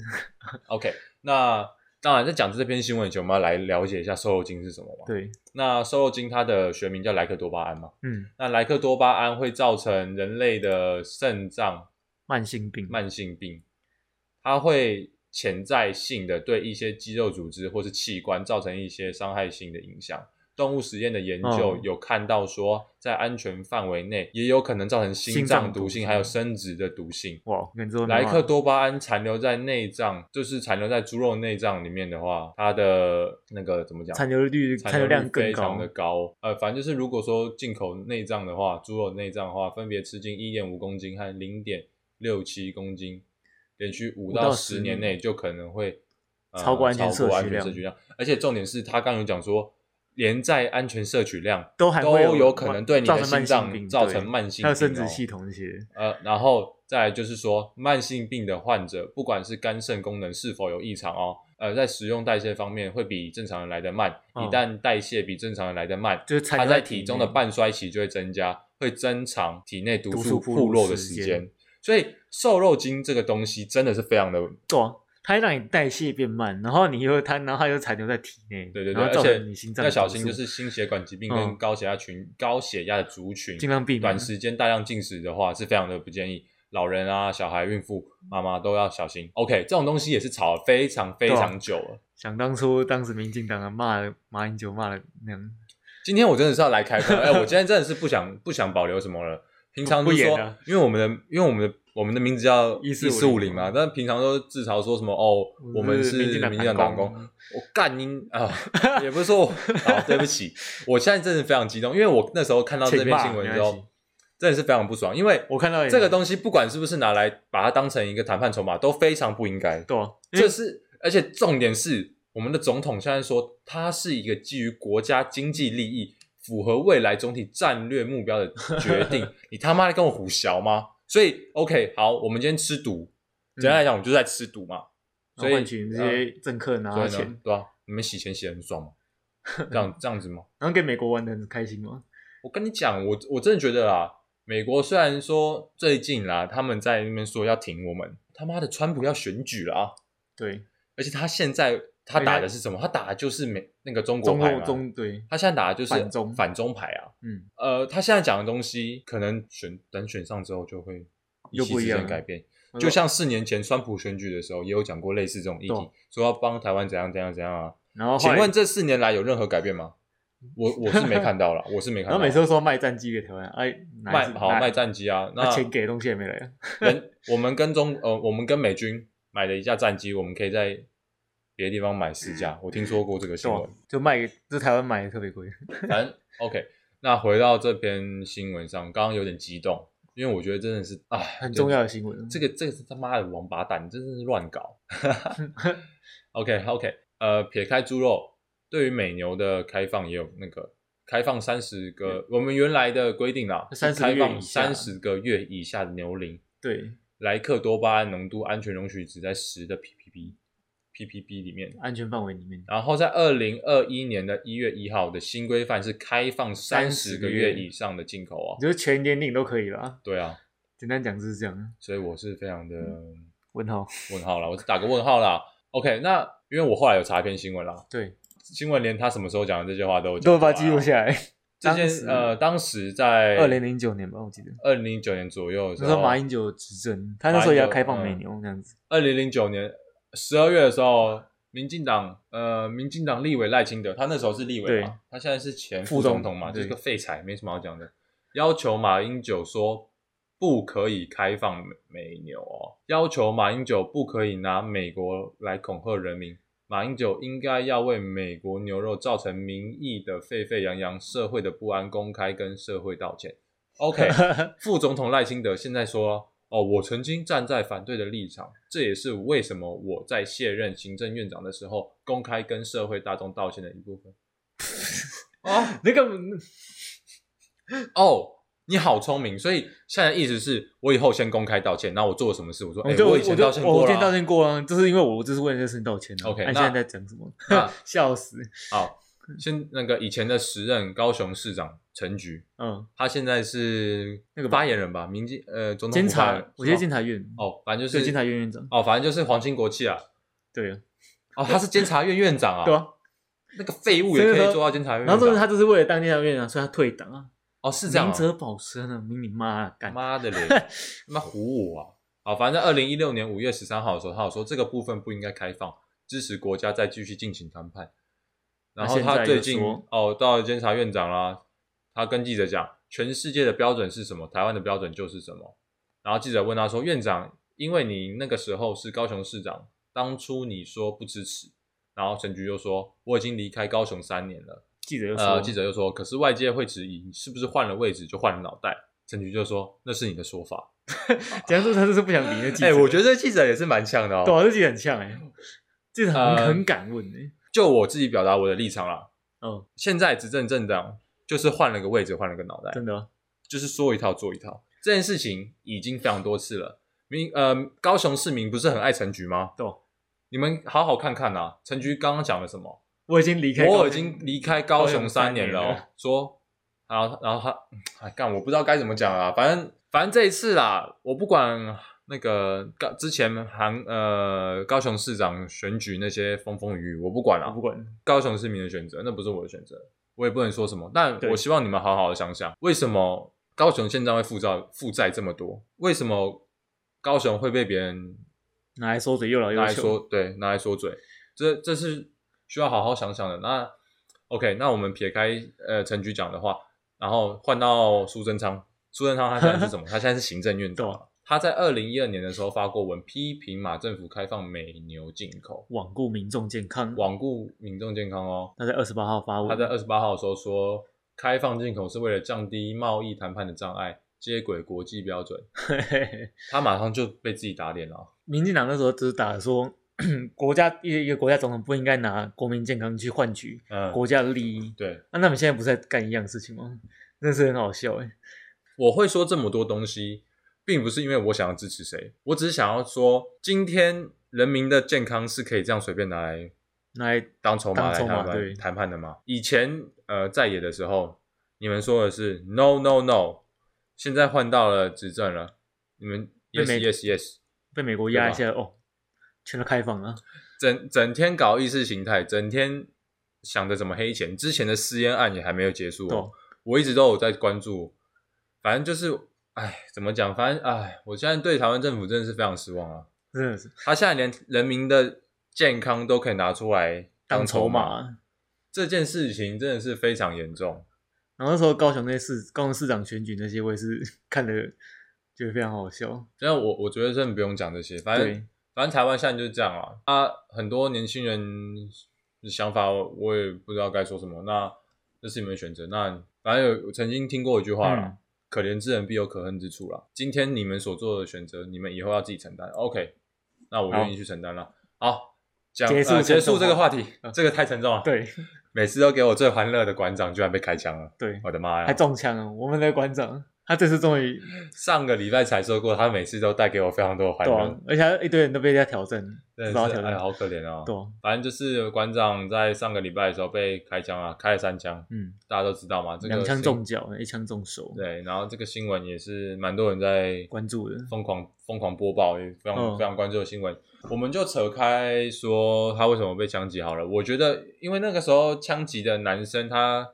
Speaker 1: OK，那当然，在讲这篇新闻以前，我们要来了解一下瘦肉精是什么嘛？
Speaker 2: 对，
Speaker 1: 那瘦肉精它的学名叫莱克多巴胺嘛？
Speaker 2: 嗯，
Speaker 1: 那莱克多巴胺会造成人类的肾脏
Speaker 2: 慢性病，
Speaker 1: 慢性病，它会潜在性的对一些肌肉组织或是器官造成一些伤害性的影响。动物实验的研究
Speaker 2: 嗯
Speaker 1: 有看到说，在安全范围内也有可能造成心
Speaker 2: 心
Speaker 1: 脏
Speaker 2: 脏
Speaker 1: 毒
Speaker 2: 毒
Speaker 1: 性
Speaker 2: 性
Speaker 1: 还有生殖的毒性。
Speaker 2: 哇，跟之后
Speaker 1: 莱克多巴胺残留在内脏，就是残留在猪肉内脏里面的话，它的那个怎么讲？
Speaker 2: 残留率、
Speaker 1: 残
Speaker 2: 残留
Speaker 1: 率
Speaker 2: 量更
Speaker 1: 非常
Speaker 2: 高
Speaker 1: 的，高。呃，反正就是如果说进口内脏的话，猪肉内脏的话，分别吃进一点五公斤和零点六七公斤，连续五
Speaker 2: 5
Speaker 1: 到
Speaker 2: 到
Speaker 1: 十
Speaker 2: 10
Speaker 1: 年内就可能会、呃
Speaker 2: 超过安全
Speaker 1: 超过
Speaker 2: 摄
Speaker 1: 安
Speaker 2: 取
Speaker 1: 全
Speaker 2: 量
Speaker 1: 摄取量。而且重点是他刚刚有讲说，连在安全摄取量
Speaker 2: 都还
Speaker 1: 都
Speaker 2: 会
Speaker 1: 有可能对你
Speaker 2: 造
Speaker 1: 的
Speaker 2: 成
Speaker 1: 心
Speaker 2: 慢性病
Speaker 1: 脏造
Speaker 2: 对
Speaker 1: 成慢性病、
Speaker 2: 还
Speaker 1: 哦，
Speaker 2: 有生殖系统这些，
Speaker 1: 呃，然后再来就是说，慢性病的患者，不管是肝肾功能是否有异常哦，呃，在食用代谢方面会比正常人来得慢。
Speaker 2: 嗯
Speaker 1: 一旦代谢比正常人来得慢，
Speaker 2: 就是残
Speaker 1: 它
Speaker 2: 留
Speaker 1: 在
Speaker 2: 体
Speaker 1: 体中
Speaker 2: 内
Speaker 1: 的半衰期就会增加，会增长体内毒
Speaker 2: 毒
Speaker 1: 素
Speaker 2: 素
Speaker 1: 暴
Speaker 2: 暴露
Speaker 1: 露的时
Speaker 2: 时间
Speaker 1: 间。所以瘦肉精这个东西真的是非常的，
Speaker 2: 对啊，它会让你代谢变慢，然后你又它，然后它又残留在体内，
Speaker 1: 对对对，
Speaker 2: 然后
Speaker 1: 而
Speaker 2: 造
Speaker 1: 且
Speaker 2: 成你心脏
Speaker 1: 要
Speaker 2: 的
Speaker 1: 小
Speaker 2: 毒
Speaker 1: 心，
Speaker 2: 素
Speaker 1: 就是心血管疾病
Speaker 2: 嗯
Speaker 1: 跟高血压群、高血压的族群，
Speaker 2: 尽量避免。
Speaker 1: 短时间大量进食的话，是非常的不建议。老人啊、小孩、孕妇、妈妈都要小心。OK，这种东西也是炒了非常非
Speaker 2: 啊
Speaker 1: 常久了。
Speaker 2: 想当初，当时民进党啊骂了马英九骂了那样，
Speaker 1: 今天我真的是要来开喷，哎、我今天真的是不想 不想保留什么了。平常都说，
Speaker 2: 不演啊了
Speaker 1: 因为我们的因为我们的我们的名字叫
Speaker 2: 1450
Speaker 1: 四五零嘛，但平常都自嘲说什么哦，我们是
Speaker 2: 民进党
Speaker 1: 民进党党工，
Speaker 2: 工，
Speaker 1: 我干你 啊！也不是说我，好，对不起，我现在真的非常激动，因为我那时候看到这
Speaker 2: 请
Speaker 1: 篇
Speaker 2: 骂
Speaker 1: 新闻
Speaker 2: 没
Speaker 1: 之
Speaker 2: 关系
Speaker 1: 后，真的是非常不爽，因为
Speaker 2: 我看到也
Speaker 1: 这个东西不管是不是拿来把它当成一个谈判筹码，都非常不应该。
Speaker 2: 对啊，因为
Speaker 1: 这是，而且重点是，我们的总统现在说，它是一个基于国家经济利益、符合未来总体战略目标的决定。你他妈的跟我胡聊吗？所以，OK，好，我们今天吃毒，
Speaker 2: 嗯
Speaker 1: 简单来讲，我们就是在吃毒嘛。所
Speaker 2: 然后
Speaker 1: 以
Speaker 2: 换取这些政客拿
Speaker 1: 所以
Speaker 2: 到
Speaker 1: 呢
Speaker 2: 钱，
Speaker 1: 对啊，你们洗钱洗得很爽吗？这样这样子吗？
Speaker 2: 然后给美国玩的很开心嘛，
Speaker 1: 我跟你讲，我我真的觉得啦，美国虽然说最近啦，他们在那边说要停我们，他妈的川普要选举了啊，
Speaker 2: 对，
Speaker 1: 而且他现在他打的是什么？他打的就是美那个中国
Speaker 2: 哎中
Speaker 1: 牌
Speaker 2: 后
Speaker 1: 嘛。
Speaker 2: 中对，
Speaker 1: 他现在打的就是
Speaker 2: 反中
Speaker 1: 反中牌啊。
Speaker 2: 嗯，
Speaker 1: 呃，他现在讲的东西，可能选等选上之后就会
Speaker 2: 又不一
Speaker 1: 夕之
Speaker 2: 样
Speaker 1: 间
Speaker 2: 了
Speaker 1: 改变。就像四年前川普选举的时候，也有讲过类似这种议题
Speaker 2: 懂，
Speaker 1: 说要帮台湾怎样怎样怎样啊。
Speaker 2: 然后后
Speaker 1: 请
Speaker 2: 来
Speaker 1: 问这四年来有任何改变吗？我我是没看到了，我是没看
Speaker 2: 然
Speaker 1: 到。
Speaker 2: 后每次都说卖战机给台湾，哎，哪一
Speaker 1: 卖
Speaker 2: 次
Speaker 1: 好
Speaker 2: 哪
Speaker 1: 卖战机啊，那
Speaker 2: 那 钱给的东西也没来，啊
Speaker 1: 人我们跟中呃，我们跟美军买了一架战机，我们可以在别的地方买四
Speaker 2: 嗯
Speaker 1: 架。我听说过这个新
Speaker 2: 对啊
Speaker 1: 闻。
Speaker 2: 就卖给就台湾买的特别贵，
Speaker 1: 反 正 OK，那回到这篇新闻上，刚刚有点激动，因为我觉得真的是哎，
Speaker 2: 很重要的新闻。
Speaker 1: 这个这个是他妈的王八蛋，真的是乱搞。OK OK，呃，撇开猪肉，对于美牛的开放也有那个开放三十个，我们原来的规定啦，
Speaker 2: 30
Speaker 1: 是开
Speaker 2: 嗯个月
Speaker 1: 放
Speaker 2: 以下
Speaker 1: 三十个月以下的牛龄，
Speaker 2: 对
Speaker 1: 莱克多巴胺浓度安全容许值在十的 ppb ppb 里面。
Speaker 2: 安全范围里面，
Speaker 1: 然后在二零二一年的一月一号的新规范是开放三十个
Speaker 2: 30个
Speaker 1: 月
Speaker 2: 月
Speaker 1: 以上的进口
Speaker 2: 你
Speaker 1: 哦。
Speaker 2: 就是全年龄都可以了。
Speaker 1: 对啊，
Speaker 2: 简单讲就是这样。
Speaker 1: 所以我是非常的
Speaker 2: 问号，
Speaker 1: 问号啦，我是打个问号啦。OK，那因为我后来有查一篇新闻啦，
Speaker 2: 对，
Speaker 1: 新闻连他什么时候讲的这些话都有讲
Speaker 2: 都
Speaker 1: 出来
Speaker 2: 把
Speaker 1: 啊
Speaker 2: 它记录下来。
Speaker 1: 这件
Speaker 2: 当时
Speaker 1: 呃，当时在
Speaker 2: 二零零九年吧，我记得
Speaker 1: 二零零九年左右的时
Speaker 2: 那时
Speaker 1: 候，
Speaker 2: 候马英九执
Speaker 1: 哦
Speaker 2: 政，他那时候也要开放美牛这样子。
Speaker 1: 二零零九年十二月的时候，民进党呃，民进党立委赖清德，他那时候是立委
Speaker 2: 对
Speaker 1: 嘛，他现在是前
Speaker 2: 副
Speaker 1: 副总
Speaker 2: 总
Speaker 1: 统嘛，就
Speaker 2: 对
Speaker 1: 是个废柴，没什么好讲的。要求马英九说不可以开放美美牛哦，要求马英九不可以拿美国来恐吓人民。马英九应该要为美国牛肉造成民意的沸沸扬扬、社会的不安公开跟社会道歉。OK，副总统赖清德现在说：“哦，我曾经站在反对的立场，这也是为什么我在卸任行政院长的时候公开跟社会大众道歉的一部分。
Speaker 2: 哦， 那个
Speaker 1: 哦，你好聪明！所以现在意思是我以后先公开道歉，那我做了什么事？我说，哎、
Speaker 2: 我就
Speaker 1: 我
Speaker 2: 我
Speaker 1: 以
Speaker 2: 就
Speaker 1: 前道歉过
Speaker 2: 我
Speaker 1: 了
Speaker 2: 今天道
Speaker 1: 啊。
Speaker 2: 歉过啊，就是因为我就是为了这事情道歉啊
Speaker 1: OK，
Speaker 2: 那你
Speaker 1: 那啊
Speaker 2: 现在在讲什么
Speaker 1: 那？
Speaker 2: 笑死。
Speaker 1: 好，先那个以前的时任高雄市长陈菊，
Speaker 2: 嗯，
Speaker 1: 他现在是
Speaker 2: 那个吧
Speaker 1: 发言人吧，民进呃总统
Speaker 2: 监
Speaker 1: 府发言人
Speaker 2: 察，我觉得监
Speaker 1: 哦
Speaker 2: 察院，
Speaker 1: 哦，反正就
Speaker 2: 对，
Speaker 1: 是
Speaker 2: 监察院院长，
Speaker 1: 哦，反正就是皇亲国戚啊。
Speaker 2: 对啊，
Speaker 1: 哦，他是监察院院长啊，
Speaker 2: 对啊，
Speaker 1: 那个废物也可
Speaker 2: 所以
Speaker 1: 以
Speaker 2: 说
Speaker 1: 做到监察院院
Speaker 2: 然
Speaker 1: 长。
Speaker 2: 后重点是他就是为了当监察院长，所以他退党啊，
Speaker 1: 哦是这样、
Speaker 2: 明
Speaker 1: 啊，
Speaker 2: 哲保身啊，明你妈啊，干
Speaker 1: 妈 的嘞，他妈唬我啊！好，反正二零一六年五月十三号的时候，他有说这个部分不应该开放，支持国家再继续进行谈判。然后
Speaker 2: 那现在
Speaker 1: 他最近
Speaker 2: 有说
Speaker 1: 哦到监察院长啦，他跟记者讲，全世界的标准是什么，台湾的标准就是什么。然后记者问他说，院长，因为你那个时候是高雄市长，当初你说不支持，然后陈菊就说我已经离开高雄三年了。
Speaker 2: 记者又说
Speaker 1: 呃，记者就说，可是外界会质疑你是不是换了位置就换了脑袋。陈局就说那是你的说法。
Speaker 2: 讲说他就是不想理那记 者，
Speaker 1: 哎、我觉得这记者也是蛮呛的
Speaker 2: 对
Speaker 1: 哦。
Speaker 2: 啊，这记者很呛哎，记者很
Speaker 1: 呃
Speaker 2: 很敢问哎，
Speaker 1: 就我自己表达我的立场啦，
Speaker 2: 嗯，
Speaker 1: 现在执政政党就是换了个位置，换了个脑袋，
Speaker 2: 真的啊
Speaker 1: 就是说一套做一套。这件事情已经非常多次了。民呃，高雄市民不是很爱陈局吗？
Speaker 2: 对啊，
Speaker 1: 你们好好看看呐、啊，陈局刚刚讲了什么？
Speaker 2: 我已经离开高雄，
Speaker 1: 我已经离开高雄三年了
Speaker 2: 高雄三
Speaker 1: 哦
Speaker 2: 年。
Speaker 1: 说，然后然后他，哎，干，我不知道该怎么讲啊。反正反正这一次啦，我不管那个高之前韩呃高雄市长选举那些风风雨雨，我不管
Speaker 2: 我
Speaker 1: 了
Speaker 2: 啊不。管，
Speaker 1: 高雄市民的选择，那不是我的选择，我也不能说什么。但
Speaker 2: 对
Speaker 1: 我希望你们好好的想想，为什么高雄现在会负债负债这么多？为什么高雄会被别人
Speaker 2: 拿来说嘴又老又
Speaker 1: 拿来
Speaker 2: 穷
Speaker 1: 说，对，拿来说嘴，这这是需要好好想想的。那 OK，那我们撇开呃陈局长的话，然后换到苏贞昌，苏贞昌他现在 是什么？他现在是行政院
Speaker 2: 对啊
Speaker 1: 长。他在二零一二年的时候发过文，批评马政府开放美牛进口，
Speaker 2: 罔顾民众健康。
Speaker 1: 罔顾民众健康哦。
Speaker 2: 他在二十八号发文，
Speaker 1: 他在二十八号的时候说，开放进口是为了降低贸易谈判的障碍，接轨国际标准。他马上就被自己打脸了。 哦
Speaker 2: 民进党那时候只是打说， 国家一个一个国家总统不应该拿国民健康去换取
Speaker 1: 嗯，
Speaker 2: 国家的利益。啊
Speaker 1: 对，
Speaker 2: 那、他们现在不是在干一样事情吗？真的是很好笑哎、
Speaker 1: 我会说这么多东西，并不是因为我想要支持谁，我只是想要说，今天人民的健康是可以这样随便拿来
Speaker 2: 拿来
Speaker 1: 当筹码
Speaker 2: 当
Speaker 1: 来
Speaker 2: 筹码
Speaker 1: 谈
Speaker 2: 对
Speaker 1: 判谈判的吗？以前呃在野的时候，你们说的是 no no no，现在换到了执政了，你们
Speaker 2: 被
Speaker 1: yes
Speaker 2: 美
Speaker 1: yes yes，
Speaker 2: 被美国压一下哦，全都开放了。
Speaker 1: 整整天搞意识形态，整天想着怎么黑钱，之前的私烟案也还没有结束、
Speaker 2: 对
Speaker 1: 哦，我一直都有在关注。反正就是，哎，怎么讲？反正哎，我现在对台湾政府真的是非常失望啊！
Speaker 2: 真的是
Speaker 1: 他现在连人民的健康都可以拿出来
Speaker 2: 当
Speaker 1: 筹
Speaker 2: 筹
Speaker 1: 码，
Speaker 2: 码。
Speaker 1: 这件事情真的是非常严重。
Speaker 2: 然后那时候高雄那些市高雄市长选举那些，我也是 看的觉得非常好笑。
Speaker 1: 但我我觉得真的不用讲这些，反正
Speaker 2: 对，
Speaker 1: 反正台湾现在就是这样啊。啊，很多年轻人的想法我我也不知道该说什么。那这是你们的选择。那反正有我曾经听过一句话啦，
Speaker 2: 嗯
Speaker 1: 可怜之人必有可恨之处啦。今天你们所做的选择，你们以后要自己承担。OK，那我愿意去承担了。好，讲
Speaker 2: 结束
Speaker 1: 呃结
Speaker 2: 沉重
Speaker 1: 束这个话
Speaker 2: 话
Speaker 1: 题，这个太沉重了。，
Speaker 2: 嗯对
Speaker 1: 每次都给我最欢乐的馆长，居然被开枪了。
Speaker 2: 对，
Speaker 1: 我的妈
Speaker 2: 还
Speaker 1: 呀！
Speaker 2: 中枪哦了。我们的馆长他这次终于
Speaker 1: 上个礼拜才说过，他每次都带给我非常多的欢
Speaker 2: 对、啊
Speaker 1: 乐，，
Speaker 2: 而且他一堆人都被人家挑战，
Speaker 1: 真
Speaker 2: 知道
Speaker 1: 的
Speaker 2: 挑
Speaker 1: 是哎，
Speaker 2: 战，
Speaker 1: 好可怜哦。
Speaker 2: 对啊，
Speaker 1: 反正就是馆长在上个礼拜的时候被开枪啊，开了三枪，
Speaker 2: 嗯，
Speaker 1: 大家都知道嘛。这个
Speaker 2: 两枪
Speaker 1: 新
Speaker 2: 中脚，一枪中手，
Speaker 1: 对，然后这个新闻也是蛮多人在
Speaker 2: 关注的
Speaker 1: 疯狂疯狂播报，也非常、
Speaker 2: 嗯
Speaker 1: 非常关注的新闻。我们就扯开说他为什么被枪击好了。我觉得，因为那个时候枪击的男生他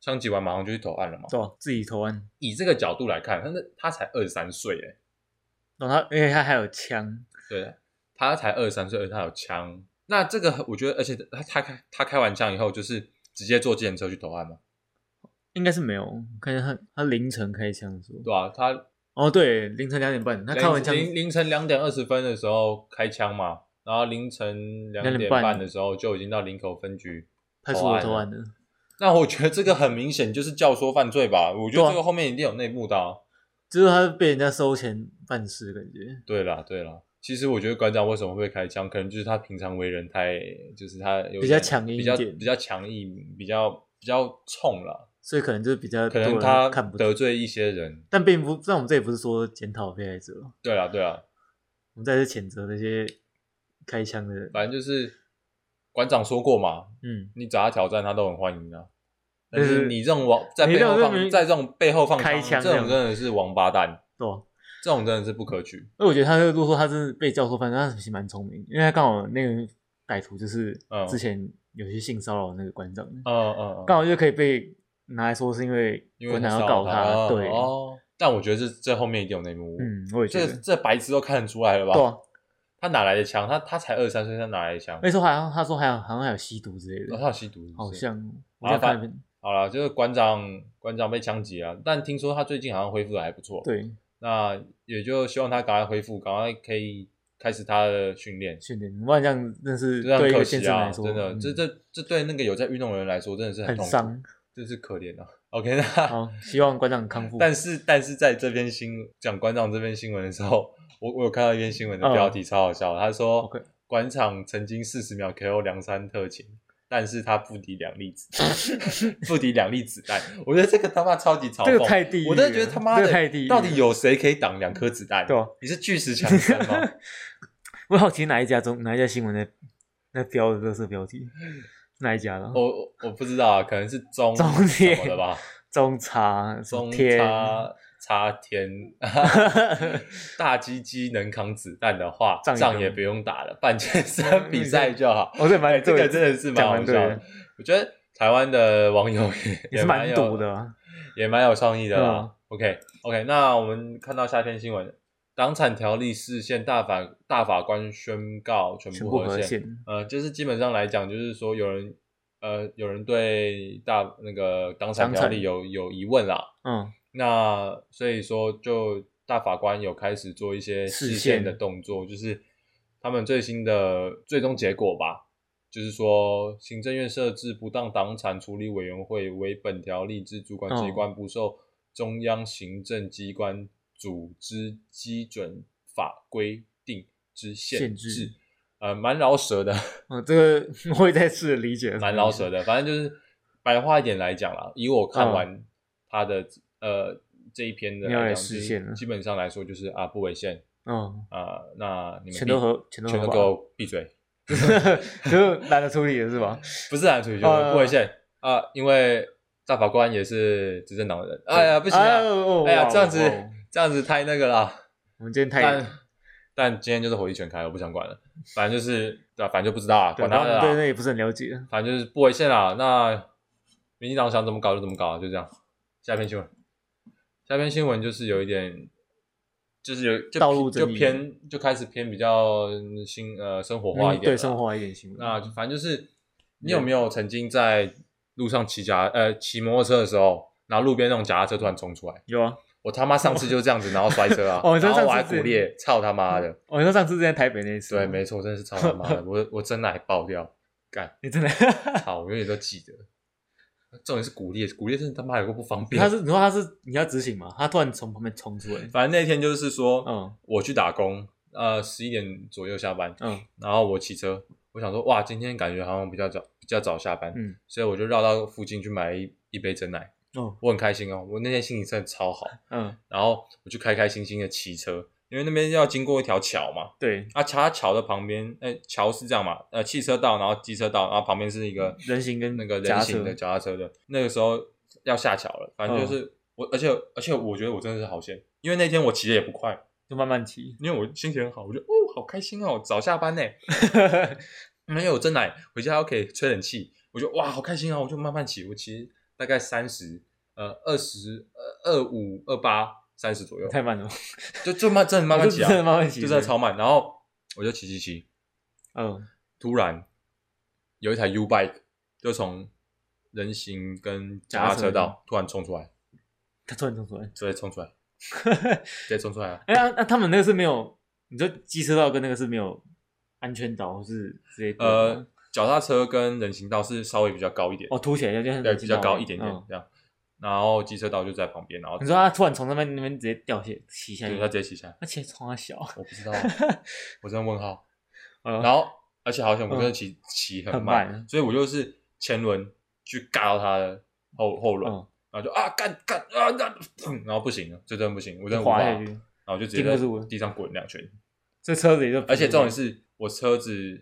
Speaker 1: 枪击完马上就去投案了嘛。
Speaker 2: 对啊，自己投案，
Speaker 1: 以这个角度来看，他那他才二十三岁哎，
Speaker 2: 然后他，而且他还有枪，
Speaker 1: 对，他才二十三岁，而且他有枪。那这个我觉得，而且他他开他开完枪以后，就是直接坐计程车去投案嘛，
Speaker 2: 应该是没有，看见他他凌晨开枪的时候，
Speaker 1: 对吧、他
Speaker 2: 哦对，凌晨两点半，他开完枪，
Speaker 1: 凌凌晨两点二十分的时候开枪嘛，然后凌晨两点
Speaker 2: 2:30
Speaker 1: 半的时候就已经到林口分局。
Speaker 2: 派出所投案的，
Speaker 1: 那我觉得这个很明显就是教唆犯罪吧，我觉
Speaker 2: 对啊
Speaker 1: 得这个后面一定有内幕的啊、
Speaker 2: 就是他被人家收钱办事，感觉
Speaker 1: 对啦，对啦。其实我觉得馆长为什么会开枪，可能就是他平常为人太，就是他有
Speaker 2: 比较
Speaker 1: 点
Speaker 2: 强硬
Speaker 1: 比较
Speaker 2: 一点
Speaker 1: 比较强硬，比较比较冲啦。
Speaker 2: 所以可能就是比较
Speaker 1: 可
Speaker 2: 多
Speaker 1: 能
Speaker 2: 人
Speaker 1: 他
Speaker 2: 看不
Speaker 1: 得
Speaker 2: 懂，
Speaker 1: 罪一些人。
Speaker 2: 但并不，但我们这也不是说检讨被害者，哦
Speaker 1: 对啦，对啦，
Speaker 2: 我们在这谴责那些开枪的人，
Speaker 1: 反正就是馆长说过嘛，
Speaker 2: 嗯，
Speaker 1: 你找他挑战，他都很欢迎啊。但
Speaker 2: 就是
Speaker 1: 是你这种王在
Speaker 2: 你
Speaker 1: 背
Speaker 2: 这种
Speaker 1: 后
Speaker 2: 就
Speaker 1: 放，
Speaker 2: 没
Speaker 1: 在这种背后放
Speaker 2: 开枪这
Speaker 1: 这
Speaker 2: 样
Speaker 1: 种真的是王八蛋，
Speaker 2: 对啊吧？
Speaker 1: 这种真的是不可取。
Speaker 2: 那我觉得他如果说他是被教唆犯，那他其实蛮聪明，因为他刚好那个歹徒，就是
Speaker 1: 嗯
Speaker 2: 之前有些性骚扰那个馆长，
Speaker 1: 嗯嗯，
Speaker 2: 刚好就可以被拿来说是因为
Speaker 1: 因为
Speaker 2: 馆
Speaker 1: 他
Speaker 2: 长
Speaker 1: 骚扰
Speaker 2: 要告
Speaker 1: 他，
Speaker 2: 对，
Speaker 1: 哦。但我觉得这这后面一定有内幕，，
Speaker 2: 嗯，我也觉
Speaker 1: 这
Speaker 2: 得，
Speaker 1: 这白痴都看得出来了吧？
Speaker 2: 对啊，
Speaker 1: 他哪来的枪？他他才二三岁，他哪来的枪？
Speaker 2: 那时候好像他说还有好像还有吸毒之类
Speaker 1: 哦
Speaker 2: 的，
Speaker 1: 他有吸毒是不是，
Speaker 2: 好像我
Speaker 1: 麻
Speaker 2: 在看
Speaker 1: 烦
Speaker 2: 那边
Speaker 1: 好了，就是馆长馆长被枪击了，但听说他最近好像恢复的还不错。，
Speaker 2: 对
Speaker 1: 那也就希望他赶快恢复，赶快可以开始他的训练。
Speaker 2: 训练，不然这样真是
Speaker 1: 这样
Speaker 2: 对一
Speaker 1: 可
Speaker 2: 个健
Speaker 1: 惜
Speaker 2: 身
Speaker 1: 啊，
Speaker 2: 来说，
Speaker 1: 真的，
Speaker 2: 嗯
Speaker 1: 这这这对那个有在运动的人来说真的是
Speaker 2: 很
Speaker 1: 痛苦，
Speaker 2: 伤。
Speaker 1: 真是可怜啊。OK，那
Speaker 2: 好，希望馆长康 复。
Speaker 1: 但是但是在这篇新讲馆长这篇新闻的时候，我我有看到一篇新闻的标题超好笑的，他说
Speaker 2: 嗯 OK
Speaker 1: 馆长曾经四十秒 KO 梁山特勤，但是他不敌两粒 子，不敌两粒子弹。我觉得这个他妈超级嘲讽，
Speaker 2: 这个太地狱了，
Speaker 1: 我真的觉得他妈
Speaker 2: 这
Speaker 1: 的
Speaker 2: 个太地狱了，
Speaker 1: 到底有谁可以挡两颗子弹？
Speaker 2: 对啊
Speaker 1: 你是巨石强森吗？
Speaker 2: 我好奇哪一家中哪一家新闻在在标的这色标题，哪一家的？
Speaker 1: 我我我不知道啊，可能是中
Speaker 2: 中
Speaker 1: 哦什
Speaker 2: 天
Speaker 1: 么的吧，
Speaker 2: 中茶
Speaker 1: 中
Speaker 2: 天，
Speaker 1: 差差天，大鸡鸡能扛子弹的话，
Speaker 2: 仗也
Speaker 1: 仗
Speaker 2: 不
Speaker 1: 也
Speaker 2: 用嗯
Speaker 1: 不用打了，办健身比赛就好。
Speaker 2: 我这
Speaker 1: 哎，
Speaker 2: 蛮
Speaker 1: 这
Speaker 2: 对
Speaker 1: 个
Speaker 2: 的，
Speaker 1: 真的是蛮
Speaker 2: 讲
Speaker 1: 好
Speaker 2: 蛮
Speaker 1: 笑
Speaker 2: 对
Speaker 1: 的
Speaker 2: 的，。
Speaker 1: 我觉得台湾的网友也
Speaker 2: 也是蛮毒，的啊。
Speaker 1: 也蛮有也蛮有创意的
Speaker 2: 对
Speaker 1: 啦
Speaker 2: 啊。
Speaker 1: OK OK，那我们看到下篇新闻，党产条例视线大法大法官宣告全
Speaker 2: 全
Speaker 1: 部
Speaker 2: 部和
Speaker 1: 合宪。
Speaker 2: 线，
Speaker 1: 呃，就是基本上来讲，就是说有人呃有人对大那个党产
Speaker 2: 党
Speaker 1: 条
Speaker 2: 产
Speaker 1: 例有有疑问啦，
Speaker 2: 嗯，
Speaker 1: 那所以说，就大法官有开始做一些
Speaker 2: 视
Speaker 1: 视
Speaker 2: 线
Speaker 1: 线的动作，就是他们最新的最终结果吧，就是说行政院设置不当党产处理委员会为本条例之主管机
Speaker 2: 哦
Speaker 1: 关，不受中央行政机关组织基准法规定之限
Speaker 2: 限
Speaker 1: 制。
Speaker 2: 制
Speaker 1: 呃，蛮饶舌的，
Speaker 2: 哦，这个 我也在试着理解，
Speaker 1: 蛮饶舌的。反正就是白话一点来讲啦，以我
Speaker 2: 嗯
Speaker 1: 看完他的、呃这一篇的
Speaker 2: 你要
Speaker 1: 来
Speaker 2: 来
Speaker 1: 讲，
Speaker 2: 实
Speaker 1: 就是
Speaker 2: 现了
Speaker 1: 基本上来说就是啊不违宪
Speaker 2: 嗯，
Speaker 1: 啊，那你们
Speaker 2: 全
Speaker 1: 闭
Speaker 2: 都合，全都
Speaker 1: 全都
Speaker 2: 合
Speaker 1: 给
Speaker 2: 法，
Speaker 1: 我闭嘴，
Speaker 2: 就懒得处理了是吧？
Speaker 1: 不是蓝处理就
Speaker 2: 啊
Speaker 1: 是不违宪啊，因为大法官也是执政党的人，哎呀不行
Speaker 2: 哎
Speaker 1: 啊，
Speaker 2: 呦
Speaker 1: 哎呀
Speaker 2: 哇
Speaker 1: 这样子
Speaker 2: 哇哇
Speaker 1: 这样子太那个啦。
Speaker 2: 我们今天太
Speaker 1: 但但今天就是火力全开，我不想管了，反正就是啊，反正就不知道啊，
Speaker 2: 对，
Speaker 1: 管
Speaker 2: 然
Speaker 1: 他
Speaker 2: 后
Speaker 1: 的
Speaker 2: 对那
Speaker 1: 啦，
Speaker 2: 也不是很了解。
Speaker 1: 反正就是不违宪啦。那民进党想怎么搞就怎么搞啊，就这样。下篇新闻，下篇新闻就是有一点，就是有就
Speaker 2: 道路
Speaker 1: 就
Speaker 2: 争议
Speaker 1: 偏就开始偏比较新呃生活化一
Speaker 2: 嗯
Speaker 1: 点、
Speaker 2: 对生活。化一点行为。
Speaker 1: 那就反正就是你有没有曾经在路上骑脚呃骑摩托车的时候，然后路边那种脚踏车突然冲出来？
Speaker 2: 有啊，
Speaker 1: 我他妈上次就这样子，然后摔车啊，
Speaker 2: 哦你说
Speaker 1: 然后
Speaker 2: 上
Speaker 1: 我
Speaker 2: 次
Speaker 1: 还
Speaker 2: 是
Speaker 1: 骨裂，操他妈的！
Speaker 2: 我哦说上次在台北那一次，
Speaker 1: 对，没错，真的是操他妈的，我我真的还爆掉，干，
Speaker 2: 你 真的，
Speaker 1: 操，我永远都记得。重点是骨裂，骨裂真的他妈有个不方便。
Speaker 2: 他是你说他是你要执行嘛？他突然从旁边冲出来，
Speaker 1: 反正那天就是说，
Speaker 2: 嗯
Speaker 1: 我去打工，呃，十一点左右下班，
Speaker 2: 嗯
Speaker 1: 然后我骑车，我想说，哇，今天感觉好像比较早，比较早下班，
Speaker 2: 嗯
Speaker 1: 所以我就绕到附近去买一一杯真奶，
Speaker 2: 哦
Speaker 1: 我很开心哦，我那天心情真的超好，
Speaker 2: 嗯，
Speaker 1: 然后我就开开心心的骑车，因为那边要经过一条桥嘛，
Speaker 2: 对，
Speaker 1: 啊，桥桥的旁边，哎、桥是这样嘛，呃，汽车道，然后机车道，然后旁边是一个
Speaker 2: 人行跟
Speaker 1: 那个
Speaker 2: 夹
Speaker 1: 人行的
Speaker 2: 车
Speaker 1: 脚踏车的，那个时候要下桥了，反正就是、
Speaker 2: 嗯
Speaker 1: 我，而且而且我觉得我真的是好险，因为那天我骑的也不快，
Speaker 2: 就慢慢骑，
Speaker 1: 因为我心情很好，我就哦好开心哦，早下 班呢，没有真奶，回家又可以吹冷气，我就哇好开心哦，我就慢慢骑，我骑大概三十，呃二十呃二五二八三十左右，
Speaker 2: 太慢了，
Speaker 1: 就就慢真的 慢慢骑啊，
Speaker 2: 真的慢慢骑，
Speaker 1: 就真的超慢，然后我就骑骑骑，
Speaker 2: 嗯
Speaker 1: 突然有一台 U bike 就从人行跟脚踏车道突然冲出来，
Speaker 2: 他突然冲出来，
Speaker 1: 直接冲出 来，直接冲出来啊！
Speaker 2: 哎呀，那他们那个是没有，你说机车道跟那个是没有安全岛，或是直接过的
Speaker 1: 呃
Speaker 2: 吗，
Speaker 1: 脚踏车跟人行道是稍微比较高一点，
Speaker 2: 哦凸起来就
Speaker 1: 对，比较高一点。
Speaker 2: 嗯啊
Speaker 1: 点这样，然后机车道就在旁边，然后
Speaker 2: 你说他突然从那边那边直接掉下骑下
Speaker 1: 对
Speaker 2: 去
Speaker 1: 他，直接骑下来，
Speaker 2: 而且冲他小，
Speaker 1: 我不知道啊，我真的问号。
Speaker 2: 然
Speaker 1: 然后而且好险，我
Speaker 2: 嗯
Speaker 1: 真的骑骑很
Speaker 2: 很
Speaker 1: 慢，
Speaker 2: 慢
Speaker 1: 所以我就是前轮去尬到他的后后轮，
Speaker 2: 嗯
Speaker 1: 然后就啊干干啊那 砰，然后不行了，就真的不行，我真的
Speaker 2: 就
Speaker 1: 无
Speaker 2: 滑
Speaker 1: 法
Speaker 2: 下去，
Speaker 1: 然后就直接
Speaker 2: 顶不住
Speaker 1: 在
Speaker 2: 了
Speaker 1: 地上滚两圈，
Speaker 2: 这车子也就
Speaker 1: 而且重点是我车子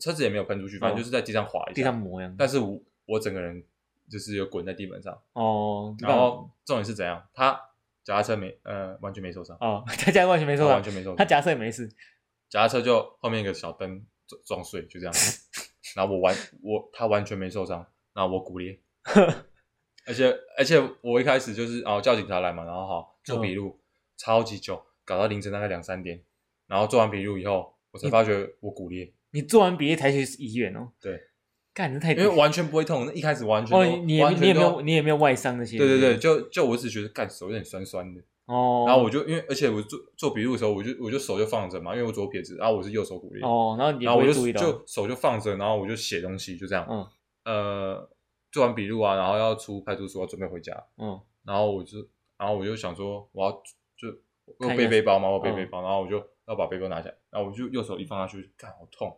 Speaker 1: 车子也没有喷出去，反正就是在地上滑一
Speaker 2: 哦地
Speaker 1: 下。
Speaker 2: 上磨一样。
Speaker 1: 但是我我整个人就是有滚在地板上，
Speaker 2: 哦，
Speaker 1: 然后重点是怎样？他脚踏车没呃完全没受伤，
Speaker 2: 哦，他家完全没
Speaker 1: 他
Speaker 2: 受伤
Speaker 1: 完，全没受
Speaker 2: 他
Speaker 1: 伤，
Speaker 2: 假设也没事，
Speaker 1: 脚踏车就后面一个小灯撞撞碎，就这样。 然后我完我他完全没受伤，然后我骨 裂，而且而且我一开始就是哦叫警察来嘛，然后好
Speaker 2: 嗯
Speaker 1: 做笔录，超级久，搞到凌晨大概两三点，然后做完笔录以后，我才发觉我骨裂，
Speaker 2: 你做完毕业才去医院哦。
Speaker 1: 对，
Speaker 2: 干，你这太
Speaker 1: 因为完全不会痛，那一开始完全
Speaker 2: 哎哦，
Speaker 1: 都
Speaker 2: 你你也
Speaker 1: 完
Speaker 2: 你也
Speaker 1: 全
Speaker 2: 没
Speaker 1: 都
Speaker 2: 有你也没有外伤那些。
Speaker 1: 对对对，就就我只觉得干手有点酸酸的，
Speaker 2: 哦，
Speaker 1: 然后我就因为而且我做做笔录的时候，我就我就手就放着嘛，因为我左撇子，然后我是右手骨裂，
Speaker 2: 哦，然后你也
Speaker 1: 然
Speaker 2: 不
Speaker 1: 后我
Speaker 2: 会
Speaker 1: 就
Speaker 2: 注意到，
Speaker 1: 就手就放着，然后我就写东西，就这样。
Speaker 2: 嗯
Speaker 1: 呃，做完笔录啊，然后要出派出所，准备回家，
Speaker 2: 嗯
Speaker 1: 然后我就，然后我就想说，我要就我
Speaker 2: 看一
Speaker 1: 背
Speaker 2: 下
Speaker 1: 背包嘛，我背
Speaker 2: 嗯
Speaker 1: 背包，然后我就要把背包拿下来，然后我就右手一放下去，干好 痛，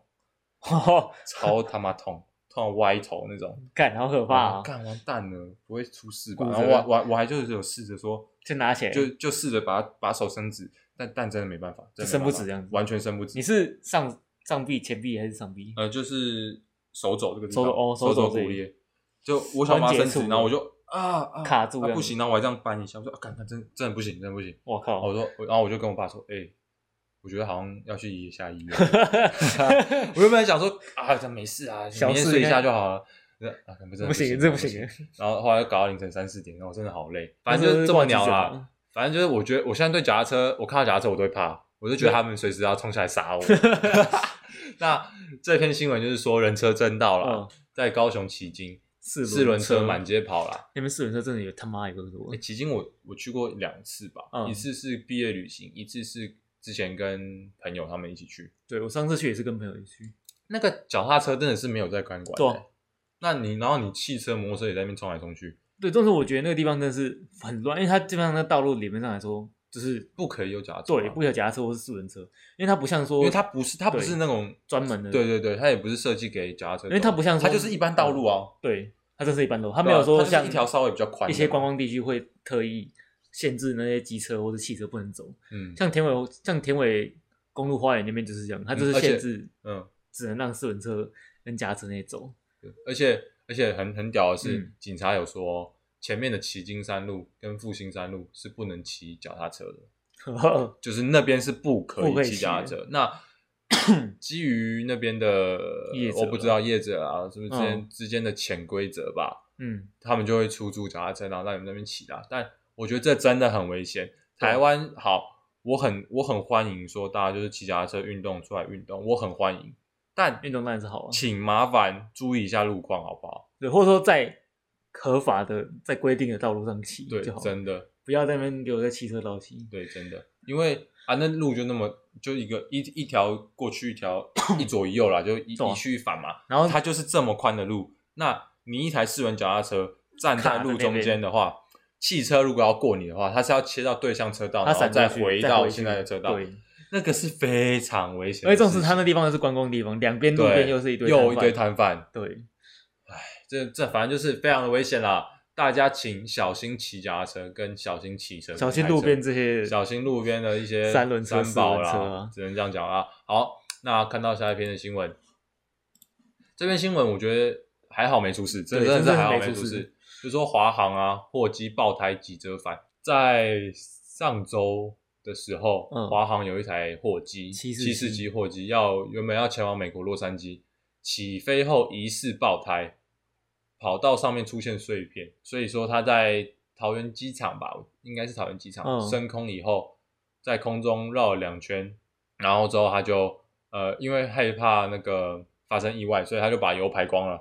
Speaker 2: 哦，
Speaker 1: 超他妈痛，痛到歪头那种，
Speaker 2: 干，好可
Speaker 1: 然
Speaker 2: 怕
Speaker 1: 后
Speaker 2: 啊！
Speaker 1: 干完蛋了，不会出事吧？
Speaker 2: 骨
Speaker 1: 然
Speaker 2: 折
Speaker 1: 后我我我还就是有试着说，
Speaker 2: 就拿起来，
Speaker 1: 就就试着把把手伸直，但但真的没办法，真的没
Speaker 2: 伸不
Speaker 1: 办法
Speaker 2: 直这样子
Speaker 1: 完全伸不直
Speaker 2: 你。是上上臂、前臂还是上臂？
Speaker 1: 呃，就是手肘这个地方，
Speaker 2: 手肘哦手
Speaker 1: 手
Speaker 2: 肘
Speaker 1: 肘骨
Speaker 2: 这里
Speaker 1: 裂，就我想把它伸
Speaker 2: 关节处
Speaker 1: 直，然后我就啊啊
Speaker 2: 卡住
Speaker 1: 啊，哦
Speaker 2: 这样
Speaker 1: 不
Speaker 2: 子
Speaker 1: 行，然后我还这样扳一下，我说啊，干，干真真的不行，真的不行。
Speaker 2: 我
Speaker 1: 然后
Speaker 2: 靠
Speaker 1: 我！说，我然后我就跟我爸说，哎、我觉得好像要去一下医 院。我原本想说啊，这没事啊，
Speaker 2: 小
Speaker 1: 明天
Speaker 2: 事
Speaker 1: 睡一
Speaker 2: 应该
Speaker 1: 下就好了。那啊，可能真的
Speaker 2: 不行，这不行。。
Speaker 1: 然后后来搞到凌晨三四点，然后我真的好累，
Speaker 2: 那
Speaker 1: 反正就是这么
Speaker 2: 是
Speaker 1: 鸟
Speaker 2: 忘记讲
Speaker 1: 啦
Speaker 2: 了。
Speaker 1: 反正就是我觉得，我现在对脚踏车，我看到脚踏车我都会怕，我就觉得他们随时要冲下来 杀我。那这篇新闻就是说人车争道啦，
Speaker 2: 嗯，
Speaker 1: 在高雄旗津，
Speaker 2: 四
Speaker 1: 四轮
Speaker 2: 车
Speaker 1: 车满街跑啦。
Speaker 2: 那边四轮车真的有他妈有个多
Speaker 1: 欸，，旗津我我去过两次吧，
Speaker 2: 嗯
Speaker 1: 一次是毕业旅行，一次是之前跟朋友他们一起去。
Speaker 2: 对我上次去也是跟朋友一起去，
Speaker 1: 那个脚踏车真的是没有在看管、
Speaker 2: 对啊
Speaker 1: 欸那你然后你汽车、摩托车也在那边冲来冲去，
Speaker 2: 对，但是我觉得那个地方真的是很乱，因为它基本上那道路理论上来说就是
Speaker 1: 不可以有脚踏车啊。
Speaker 2: 对，不有脚踏车或是四轮车，因为它不像说，
Speaker 1: 因为它不是它不
Speaker 2: 对
Speaker 1: 是那种
Speaker 2: 专门的
Speaker 1: 对对对，它也不是设计给脚踏车走，
Speaker 2: 因为它不像说嗯
Speaker 1: 它就是一般道路啊，
Speaker 2: 对，它真是一般路，它
Speaker 1: 它
Speaker 2: 没有说
Speaker 1: 它啊
Speaker 2: 像
Speaker 1: 就是一条稍微比较宽的
Speaker 2: 一些观光地区会特意限制那些机车或者汽车不能走，
Speaker 1: 嗯
Speaker 2: 像田尾像田尾公路花园那边就是这样，它就是
Speaker 1: 嗯而且
Speaker 2: 限制
Speaker 1: 嗯，
Speaker 2: 只能让四轮车跟夹车那些走。
Speaker 1: 对而且而且很很屌的是
Speaker 2: 嗯，
Speaker 1: 警察有说前面的旗津山路跟复兴山路是不能骑脚踏车的，就是那边是不可
Speaker 2: 不可
Speaker 1: 以
Speaker 2: 以
Speaker 1: 骑
Speaker 2: 骑
Speaker 1: 脚踏车。 那基于那边的
Speaker 2: 业者
Speaker 1: 我不知道业者啊，是不是之间、
Speaker 2: 嗯
Speaker 1: 之间的潜规则吧，
Speaker 2: 嗯，
Speaker 1: 他们就会出租脚踏车，然后让你们那边骑啦。但我觉得这真的很危险。台湾好，我很我很欢迎说大家就是骑脚踏车运动出来运动，我很欢迎。但
Speaker 2: 运动当然是好啊，
Speaker 1: 请麻烦注意一下路况好不好？
Speaker 2: 对，或者说在合法的、在规定的道路上骑
Speaker 1: 对
Speaker 2: 就，好了，
Speaker 1: 真的，
Speaker 2: 不要在那边给我在汽车道骑。
Speaker 1: 对，真的，因为啊，那路就那么就一个一一条过去一条一左一右啦，就一
Speaker 2: 懂啊
Speaker 1: 一去一返嘛。
Speaker 2: 然后
Speaker 1: 它就是这么宽的路，那你一台四轮脚踏车站在路中间的话，汽车如果要过你的话，它是要切到对向车道，
Speaker 2: 它
Speaker 1: 然后
Speaker 2: 闪
Speaker 1: 再
Speaker 2: 过去
Speaker 1: 回
Speaker 2: 再
Speaker 1: 到
Speaker 2: 回去
Speaker 1: 现在的车道，
Speaker 2: 对，
Speaker 1: 那个是非常危险
Speaker 2: 而
Speaker 1: 的
Speaker 2: 且
Speaker 1: 事情。
Speaker 2: 重视它那地方是观光地方，两边路
Speaker 1: 对
Speaker 2: 边又是一堆
Speaker 1: 又一
Speaker 2: 摊
Speaker 1: 堆
Speaker 2: 贩，
Speaker 1: 摊贩，
Speaker 2: 对，
Speaker 1: 这这反正就是非常的危险啦。大家请小心骑脚踏车，跟小心骑车，
Speaker 2: 小心
Speaker 1: 跟开
Speaker 2: 路
Speaker 1: 车
Speaker 2: 边这些，
Speaker 1: 小心路边的一些
Speaker 2: 三轮车
Speaker 1: 三宝
Speaker 2: 四轮车
Speaker 1: 啦
Speaker 2: 啊，
Speaker 1: 只能这样讲啊。好，那看到下一篇的新闻，这篇新闻我觉得还好没出事，真的
Speaker 2: 对
Speaker 1: 真的是
Speaker 2: 真的是
Speaker 1: 还好
Speaker 2: 没
Speaker 1: 没
Speaker 2: 出
Speaker 1: 出
Speaker 2: 事
Speaker 1: 事。就说华航啊，货机爆胎几折返，在上周的时候，
Speaker 2: 嗯
Speaker 1: 华航有一台货机，
Speaker 2: 七四
Speaker 1: 七四
Speaker 2: 七
Speaker 1: 级货机要原本要前往美国洛杉矶，起飞后疑似爆胎，跑道上面出现碎片，所以说它在桃园机场吧，应该是桃园机场、
Speaker 2: 嗯
Speaker 1: 升空以后，在空中绕了两圈，然后之后它就呃，因为害怕那个发生意外，所以它就把油排光了。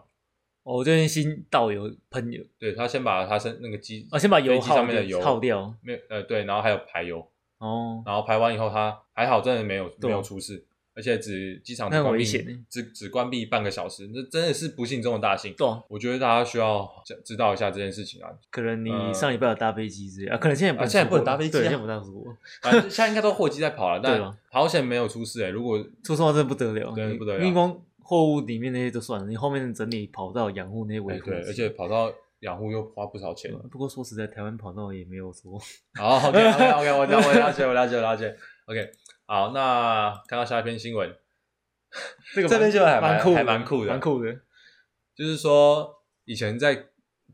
Speaker 2: 哦我最近新导游喷油，
Speaker 1: 对，它先把它身那个机
Speaker 2: 哦，先把油
Speaker 1: 飞机
Speaker 2: 耗
Speaker 1: 上面的油
Speaker 2: 耗掉，
Speaker 1: 没有呃对，然后还有排油，
Speaker 2: 哦，
Speaker 1: 然后排完以后它还好，真的没有
Speaker 2: 对哦
Speaker 1: 没有出事，而且只机场只
Speaker 2: 那很
Speaker 1: 关
Speaker 2: 危
Speaker 1: 闭
Speaker 2: 险欸
Speaker 1: 只只关闭半个小时，那真的是不幸中的大幸。
Speaker 2: 对啊，
Speaker 1: 我觉得大家需要知知道一下这件事情 啊，
Speaker 2: 可能你
Speaker 1: 呃
Speaker 2: 上礼拜有搭飞机之类啊，可能现在也不
Speaker 1: 啊
Speaker 2: 能
Speaker 1: 现在
Speaker 2: 出
Speaker 1: 不能
Speaker 2: 国
Speaker 1: 搭飞机
Speaker 2: 对
Speaker 1: 啊
Speaker 2: 现在不能搭出国，
Speaker 1: 反正现在应该都货机在跑了，
Speaker 2: 对
Speaker 1: 但
Speaker 2: 啊
Speaker 1: 好险没有出事哎、欸。如果
Speaker 2: 出错真的不得了，
Speaker 1: 对
Speaker 2: 你
Speaker 1: 不得了
Speaker 2: 因为光货物里面那些就算了，你后面整理跑道、养护那些
Speaker 1: 哎
Speaker 2: 维护
Speaker 1: 对
Speaker 2: 自己，，
Speaker 1: 而且跑到养护又花不少钱。
Speaker 2: 不过说实在，台湾跑道也没有说
Speaker 1: 好，OK OK OK，我了我了解我了解我了解。OK，好，那看到下一篇新闻，
Speaker 2: 这个
Speaker 1: 这篇新闻还蛮
Speaker 2: 酷的，
Speaker 1: 还蛮酷的
Speaker 2: 蛮酷的。
Speaker 1: 就是说以前在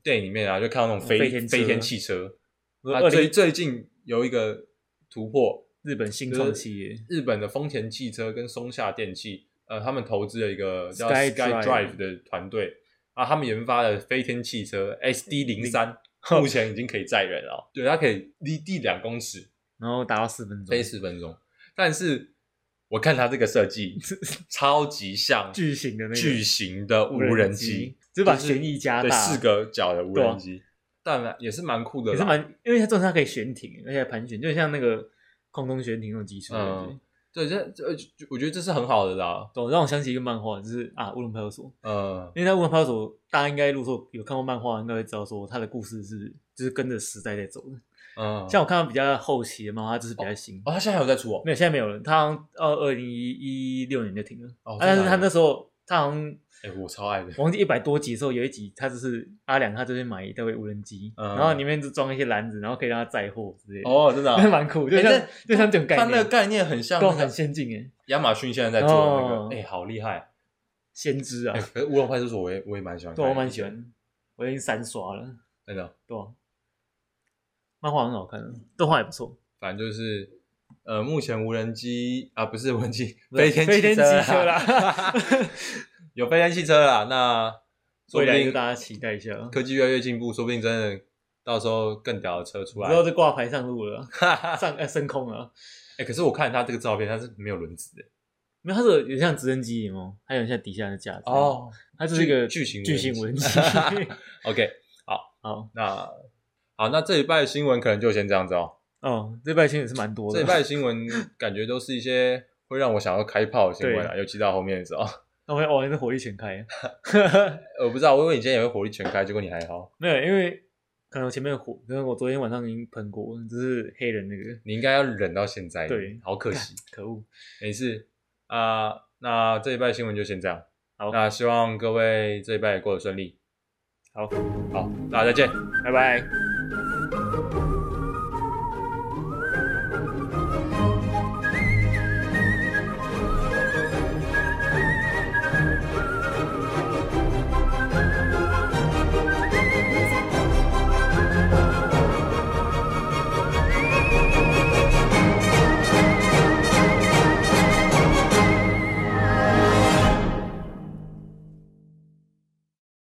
Speaker 1: 电影里面啊，就看到那种飞
Speaker 2: 飞天车呃
Speaker 1: 飞天汽车，
Speaker 2: 二
Speaker 1: 啊，
Speaker 2: 零
Speaker 1: 最最近有一个突破，
Speaker 2: 日本新
Speaker 1: 就是
Speaker 2: 创企业，
Speaker 1: 日本的丰田汽车跟松下电器，呃，他们投资了一个叫
Speaker 2: Sky Drive
Speaker 1: SkyDrive 的团队啊，他们研发的飞天汽车 SD 零三，目前已经可以载人 了，对，它可以离地两公尺，
Speaker 2: 然后打到四分钟
Speaker 1: 飞，十分钟。但是我看它这个设计， 超级像
Speaker 2: 巨型的那个
Speaker 1: 巨型的无人机，，
Speaker 2: 只把
Speaker 1: 就是
Speaker 2: 旋翼加
Speaker 1: 对，
Speaker 2: 大，
Speaker 1: 四个角的无
Speaker 2: 对啊
Speaker 1: 人机，但也是蛮酷的
Speaker 2: 也
Speaker 1: 啦，
Speaker 2: 是蛮，因为它重点是它可以悬停，而且还盘旋，就像那个空中悬停那种技术的感觉。
Speaker 1: 嗯对，这这就我觉得这是很好的啦，
Speaker 2: 懂，让我想起一个漫画，就是啊，乌龙派出所。
Speaker 1: 嗯，
Speaker 2: 因为在乌龙派出所，大家应该如果有看过漫画，应该会知道说它的故事是就是跟着时代在走的。
Speaker 1: 嗯，
Speaker 2: 像我看到比较后期的漫画，它就是比较新，
Speaker 1: 哦，他现在还有在出哦，
Speaker 2: 没有现在没有了。它好像二二零一一六年就停了，
Speaker 1: 哦真
Speaker 2: 啊
Speaker 1: 的
Speaker 2: 但是
Speaker 1: 假
Speaker 2: 它
Speaker 1: 的
Speaker 2: 那时候它好像
Speaker 1: 哎，我超爱的，
Speaker 2: 我忘记一百多集的时候，有一集他就是阿良，他就是买一堆无人机，
Speaker 1: 嗯
Speaker 2: 然后里面就装一些篮子，然后可以让他载货之类 的，，
Speaker 1: 哦，真的啊，
Speaker 2: 蛮酷，就像、
Speaker 1: 哎
Speaker 2: 就像这种概
Speaker 1: 它
Speaker 2: 念，
Speaker 1: 那个概念很像
Speaker 2: 都
Speaker 1: 那
Speaker 2: 很
Speaker 1: 个
Speaker 2: 先进诶，
Speaker 1: 亚马逊现在在做的那
Speaker 2: 哦
Speaker 1: 个，哎，好厉害！
Speaker 2: 先知啊
Speaker 1: 哎，，可是乌龙派出所我也我也蛮喜欢看
Speaker 2: 对
Speaker 1: 的，
Speaker 2: 我蛮喜欢，我已经三刷了，
Speaker 1: 真的，
Speaker 2: 对啊漫画很好看，啊动画也不错，
Speaker 1: 反正就是。呃，目前无人机啊，不是无人机，
Speaker 2: 不是
Speaker 1: 天
Speaker 2: 飞天
Speaker 1: 车
Speaker 2: 汽车啦
Speaker 1: 有飞天汽车啦。 那说
Speaker 2: 未
Speaker 1: 不
Speaker 2: 来就
Speaker 1: 定
Speaker 2: 大家期待一下。
Speaker 1: 科技越来越进步，说不定真的到时候更屌的车出来。
Speaker 2: 之后就挂牌上路 了，
Speaker 1: 哈哈
Speaker 2: 上呃升空了，
Speaker 1: 哎、可是我看他这个照片，他是没有轮子的
Speaker 2: 没有，它是有有像直升机有没有？还有像底下的架子，，它就是一个
Speaker 1: 哦巨巨型
Speaker 2: 巨型无
Speaker 1: 无
Speaker 2: 人
Speaker 1: 人
Speaker 2: 机
Speaker 1: 机。OK，
Speaker 2: 好，
Speaker 1: 那好，那这礼拜的新闻可能就先这样子哦。
Speaker 2: 哦，这拜星也是蛮多的，
Speaker 1: 这礼拜 的新闻感觉都是一些会让我想要开炮的新闻啊，尤其到后面的时候。
Speaker 2: 那我哦哇，你是火力 全开，
Speaker 1: 我不知道，我以为你今天也会火力全开，结果你还好。
Speaker 2: 没有，因为可能我前面火，可能我昨天晚上已经喷过，就是黑人那个，
Speaker 1: 你应该要忍到现在，
Speaker 2: 对
Speaker 1: 好可 惜，
Speaker 2: 可恶，
Speaker 1: 没事啊、那这一拜的新闻就先这样，
Speaker 2: 好
Speaker 1: 那希望各位这一拜也过得顺利，
Speaker 2: 好，
Speaker 1: 好，大家再见。
Speaker 2: 拜拜。